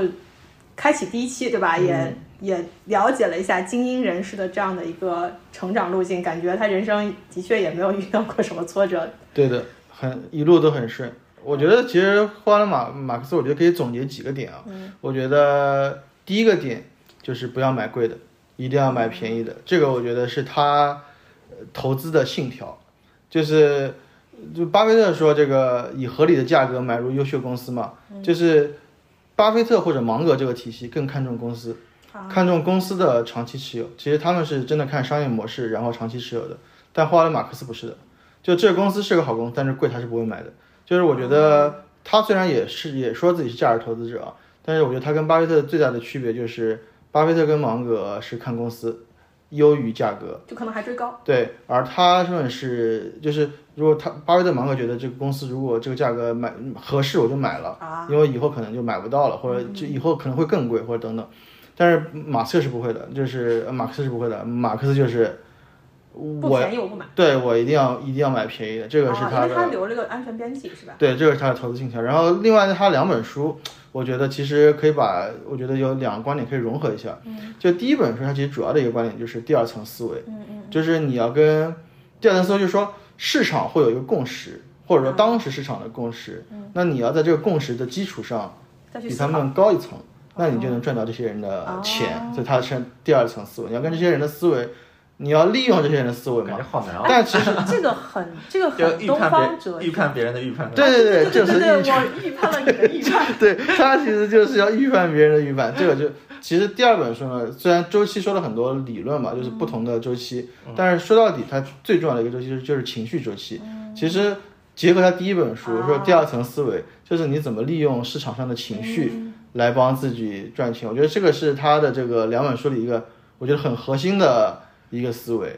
[SPEAKER 2] 开启第一期，对
[SPEAKER 1] 嗯
[SPEAKER 2] 吧？也、也了解了一下精英人士的这样的一个成长路径，感觉他人生的确也没有遇到过什么挫折。
[SPEAKER 1] 对的，很一路都很顺。我觉得其实花了马马克思，我觉得可以总结几个点啊。我觉得第一个点就是不要买贵的，一定要买便宜的。这个我觉得是他呃投资的信条，就是就巴菲特说这个以合理的价格买入优秀公司嘛，就是巴菲特或者芒格这个体系更看重公司，
[SPEAKER 2] 啊
[SPEAKER 1] 看重公司的长期持有。其实他们是真的看商业模式，然后长期持有的。但花了马克思不是的，就这个公司是个好公司，但是贵他是不会买的。就是我觉得他虽然也是也说自己是价值投资者啊，但是我觉得他跟巴菲特最大的区别就是，巴菲特跟芒格是看公司优于 价格。
[SPEAKER 2] 就可能还追高。
[SPEAKER 1] 对，而他们是就是，如果他巴菲特、芒格觉得这个公司如果这个价格买合适，我就买了，
[SPEAKER 2] 啊嗯
[SPEAKER 1] 因为以后可能就买不到了，或者就以后可能会更贵，或者等等。但是马斯克是不会的，就是呃马克思是不会的，马克思就是
[SPEAKER 2] 不
[SPEAKER 1] 我
[SPEAKER 2] 便宜我不买，
[SPEAKER 1] 对我一定要一定要买便宜的，这个是
[SPEAKER 2] 啊、因
[SPEAKER 1] 他
[SPEAKER 2] 为
[SPEAKER 1] 的。
[SPEAKER 2] 他留了个安全边际是吧？
[SPEAKER 1] 对，这个是他的投资信条。然后另外他两本书，我觉得其实可以把，我觉得有两个观点可以融合一下。
[SPEAKER 2] 嗯
[SPEAKER 1] 就第一本书，它其实主要的一个观点就是第二层思维，
[SPEAKER 2] 嗯
[SPEAKER 1] 就是你要跟第二层思维，就是说市场会有一个共识，或者
[SPEAKER 2] 嗯
[SPEAKER 1] 说当时市场的共识，那你要在这个共识的基础上
[SPEAKER 2] 再去
[SPEAKER 1] 比
[SPEAKER 2] 思
[SPEAKER 1] 他
[SPEAKER 2] 考。哦
[SPEAKER 1] 们高一层，那你就能赚到这些人的钱。所以它是第二层思维，你要跟这些人的思维，你要利用这些人的思维嘛
[SPEAKER 3] 感觉。好难啊！
[SPEAKER 1] 但其实
[SPEAKER 2] 这个很，这个
[SPEAKER 3] 就
[SPEAKER 2] 很
[SPEAKER 3] 预
[SPEAKER 2] 东方
[SPEAKER 3] 判
[SPEAKER 2] 哲
[SPEAKER 3] 别
[SPEAKER 2] 学
[SPEAKER 3] 预。判别人的预判，
[SPEAKER 1] 对对对，
[SPEAKER 2] 对
[SPEAKER 1] 就是
[SPEAKER 2] 对，我预判了你的预判。
[SPEAKER 1] 对他其实就是要预判别人的预判，这个就其实第二本书呢，虽然周期说了很多理论嘛，就是不同的周期，但是说到底，它最重要的一个周期就是就是情绪周期。其实结合他第一本书说第二层思维，就是你怎么利用市场上的情绪来帮自己赚钱。我觉得这个是他的这个两本书里一个我觉得很核心的一个思维。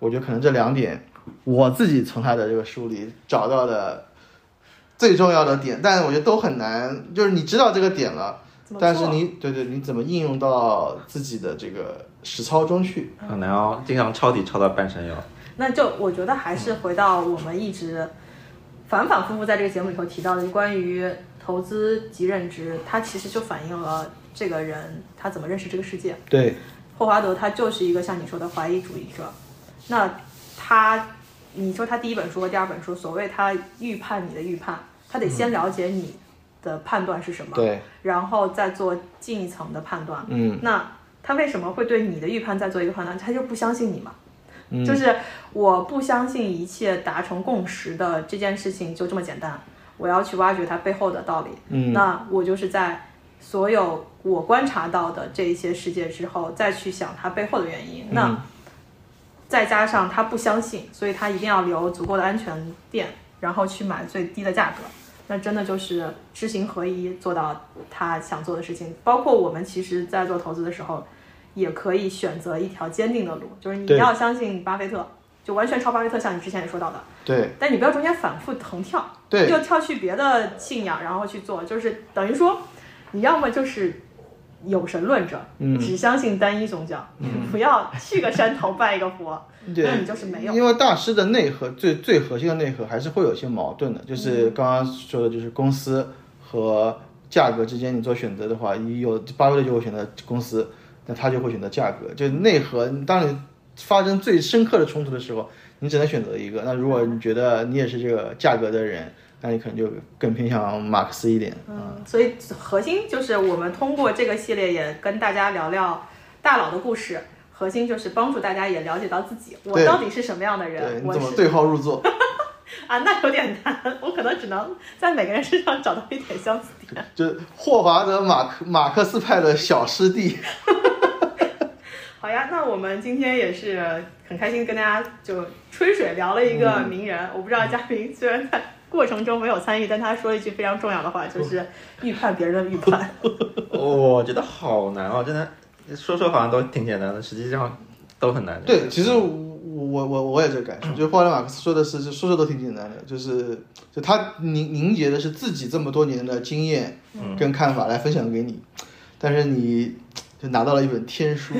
[SPEAKER 1] 我觉得可能这两点，我自己从他的这个书里找到的最重要的点，但我觉得都很难，就是你知道这个点了，
[SPEAKER 2] 怎 么做
[SPEAKER 1] 但是你对对，你怎么应用到自己的这个实操中去？
[SPEAKER 3] 好难哦，经常抄底抄到半山腰。
[SPEAKER 2] 那就我觉得还是回到我们一直反反复复在这个节目里头提到的关于投资及认知，它其实就反映了这个人他怎么认识这个世界。
[SPEAKER 1] 对，
[SPEAKER 2] 霍华德他就是一个像你说的怀疑主义者，那他，你说他第一本书和第二本书，所谓他预判你的预判，他得先了解你的判断是什么，
[SPEAKER 1] 嗯对，
[SPEAKER 2] 然后再做进一层的判断。
[SPEAKER 1] 嗯，
[SPEAKER 2] 那他为什么会对你的预判再做一个判断？他就不相信你嘛。就是我不相信一切达成共识的这件事情就这么简单，我要去挖掘它背后的道理。嗯，那我就是在所有我观察到的这一些世界之后，再去想它背后的原因。
[SPEAKER 1] 嗯
[SPEAKER 2] 那再加上他不相信，所以他一定要留足够的安全垫，然后去买最低的价格。那真的就是知行合一，做到他想做的事情。包括我们其实，在做投资的时候，也可以选择一条坚定的路，就是你
[SPEAKER 1] 对
[SPEAKER 2] 要相信巴菲特，就完全抄巴菲特，像你之前也说到的。
[SPEAKER 1] 对
[SPEAKER 2] 但你不要中间反复横跳，
[SPEAKER 1] 对
[SPEAKER 2] 又跳去别的信仰，然后去做，就是等于说，你要么就是有神论者，
[SPEAKER 1] 嗯
[SPEAKER 2] 只相信单一宗教，不要去个山头拜一个佛，
[SPEAKER 1] 对
[SPEAKER 2] 那你就是没有。
[SPEAKER 1] 因为大师的内核最最核心的内核还是会有一些矛盾的，就是刚刚说的，就是公司和价格之间你做选择的话，你有巴菲特就会选择公司，那他就会选择价格，就内核。当你发生最深刻的冲突的时候，你只能选择一个。那如果你觉得你也是这个价格的人，那你可能就更偏向马克思一点。
[SPEAKER 2] 嗯，所以核心就是我们通过这个系列也跟大家聊聊大佬的故事，核心就是帮助大家也了解到自己，我
[SPEAKER 1] 对
[SPEAKER 2] 到底是什么样的
[SPEAKER 1] 对，
[SPEAKER 2] 人，
[SPEAKER 1] 你
[SPEAKER 2] 我
[SPEAKER 1] 怎么
[SPEAKER 2] 是
[SPEAKER 1] 对号入座？
[SPEAKER 2] 啊，那有点难，我可能只能在每个人身上找到一点相似点。
[SPEAKER 1] 就是霍华德马克马克思派的小师弟。
[SPEAKER 2] 好呀，那我们今天也是很开心跟大家就吹水聊了一个
[SPEAKER 1] 嗯
[SPEAKER 2] 名人。我不知道嘉宾虽然在过程中没有参与，但他说了一句非常重要的话，
[SPEAKER 1] 嗯
[SPEAKER 2] 就是预判别人的预判。
[SPEAKER 3] 我觉得好难哦，真的，说说好像都挺简单的，实际上都很难。
[SPEAKER 1] 对，其实我我我我也这个感受，就是霍华德马克思说的是，就说说都挺简单的，就是就他凝凝结的是自己这么多年的经验跟看法来分享给你，但是你就拿到了一本天书，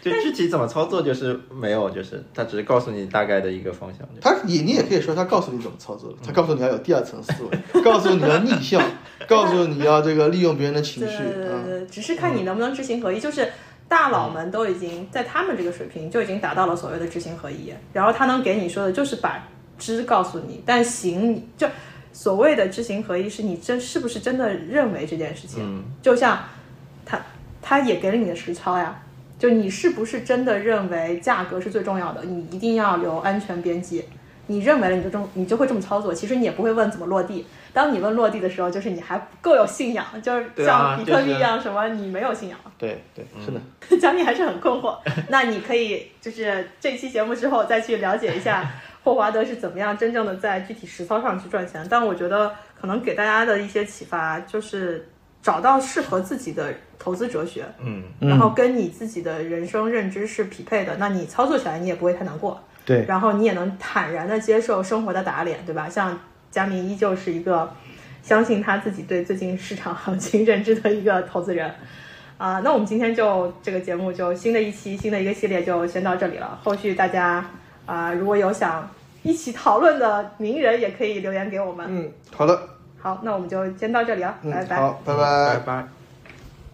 [SPEAKER 3] 就具体怎么操作就是没有，就是他只是告诉你大概的一个方向。
[SPEAKER 1] 他也你也可以说他告诉你怎么操作，他告诉你要有第二层思维，告诉你要逆向，告诉你要这个利用别人的情
[SPEAKER 2] 对
[SPEAKER 1] 绪，
[SPEAKER 2] 对对
[SPEAKER 1] 嗯，
[SPEAKER 2] 对，只是看你能不能知行合一。就是大佬们都已经在他们这个水平就已经达到了所谓的知行合一，然后他能给你说的就是把知告诉你，但行就所谓的知行合一是你真是不是真的认为这件事情，
[SPEAKER 3] 嗯
[SPEAKER 2] 就像他他也给了你的实操呀。就你是不是真的认为价格是最重要的？你一定要留安全边际，你认为了你就这么你就会这么操作，其实你也不会问怎么落地。当你问落地的时候，就是你还不够有信仰，就是
[SPEAKER 3] 对啊
[SPEAKER 2] 像比特币
[SPEAKER 3] 就是
[SPEAKER 2] 一样，什么你没有信仰。
[SPEAKER 1] 对对，是的，
[SPEAKER 2] 江丽还是很困惑。那你可以就是这期节目之后再去了解一下霍华德是怎么样真正的在具体实操上去赚钱。但我觉得可能给大家的一些启发就是找到适合自己的投资哲学，
[SPEAKER 3] 嗯，
[SPEAKER 2] 然后跟你自己的人生认知是匹配的，那你操作起来你也不会太难过。
[SPEAKER 1] 对，
[SPEAKER 2] 然后你也能坦然的接受生活的打脸，对吧？像佳明依旧是一个相信他自己对最近市场行情认知的一个投资人。啊、那我们今天就这个节目就新的一期新的一个系列就先到这里了。后续大家啊、如果有想一起讨论的名人，也可以留言给我们。
[SPEAKER 1] 嗯，好的，
[SPEAKER 2] 好，那我们就先到这里了，
[SPEAKER 1] 嗯
[SPEAKER 2] 拜，拜。
[SPEAKER 1] 好，拜
[SPEAKER 3] 拜
[SPEAKER 1] 拜。
[SPEAKER 3] 拜。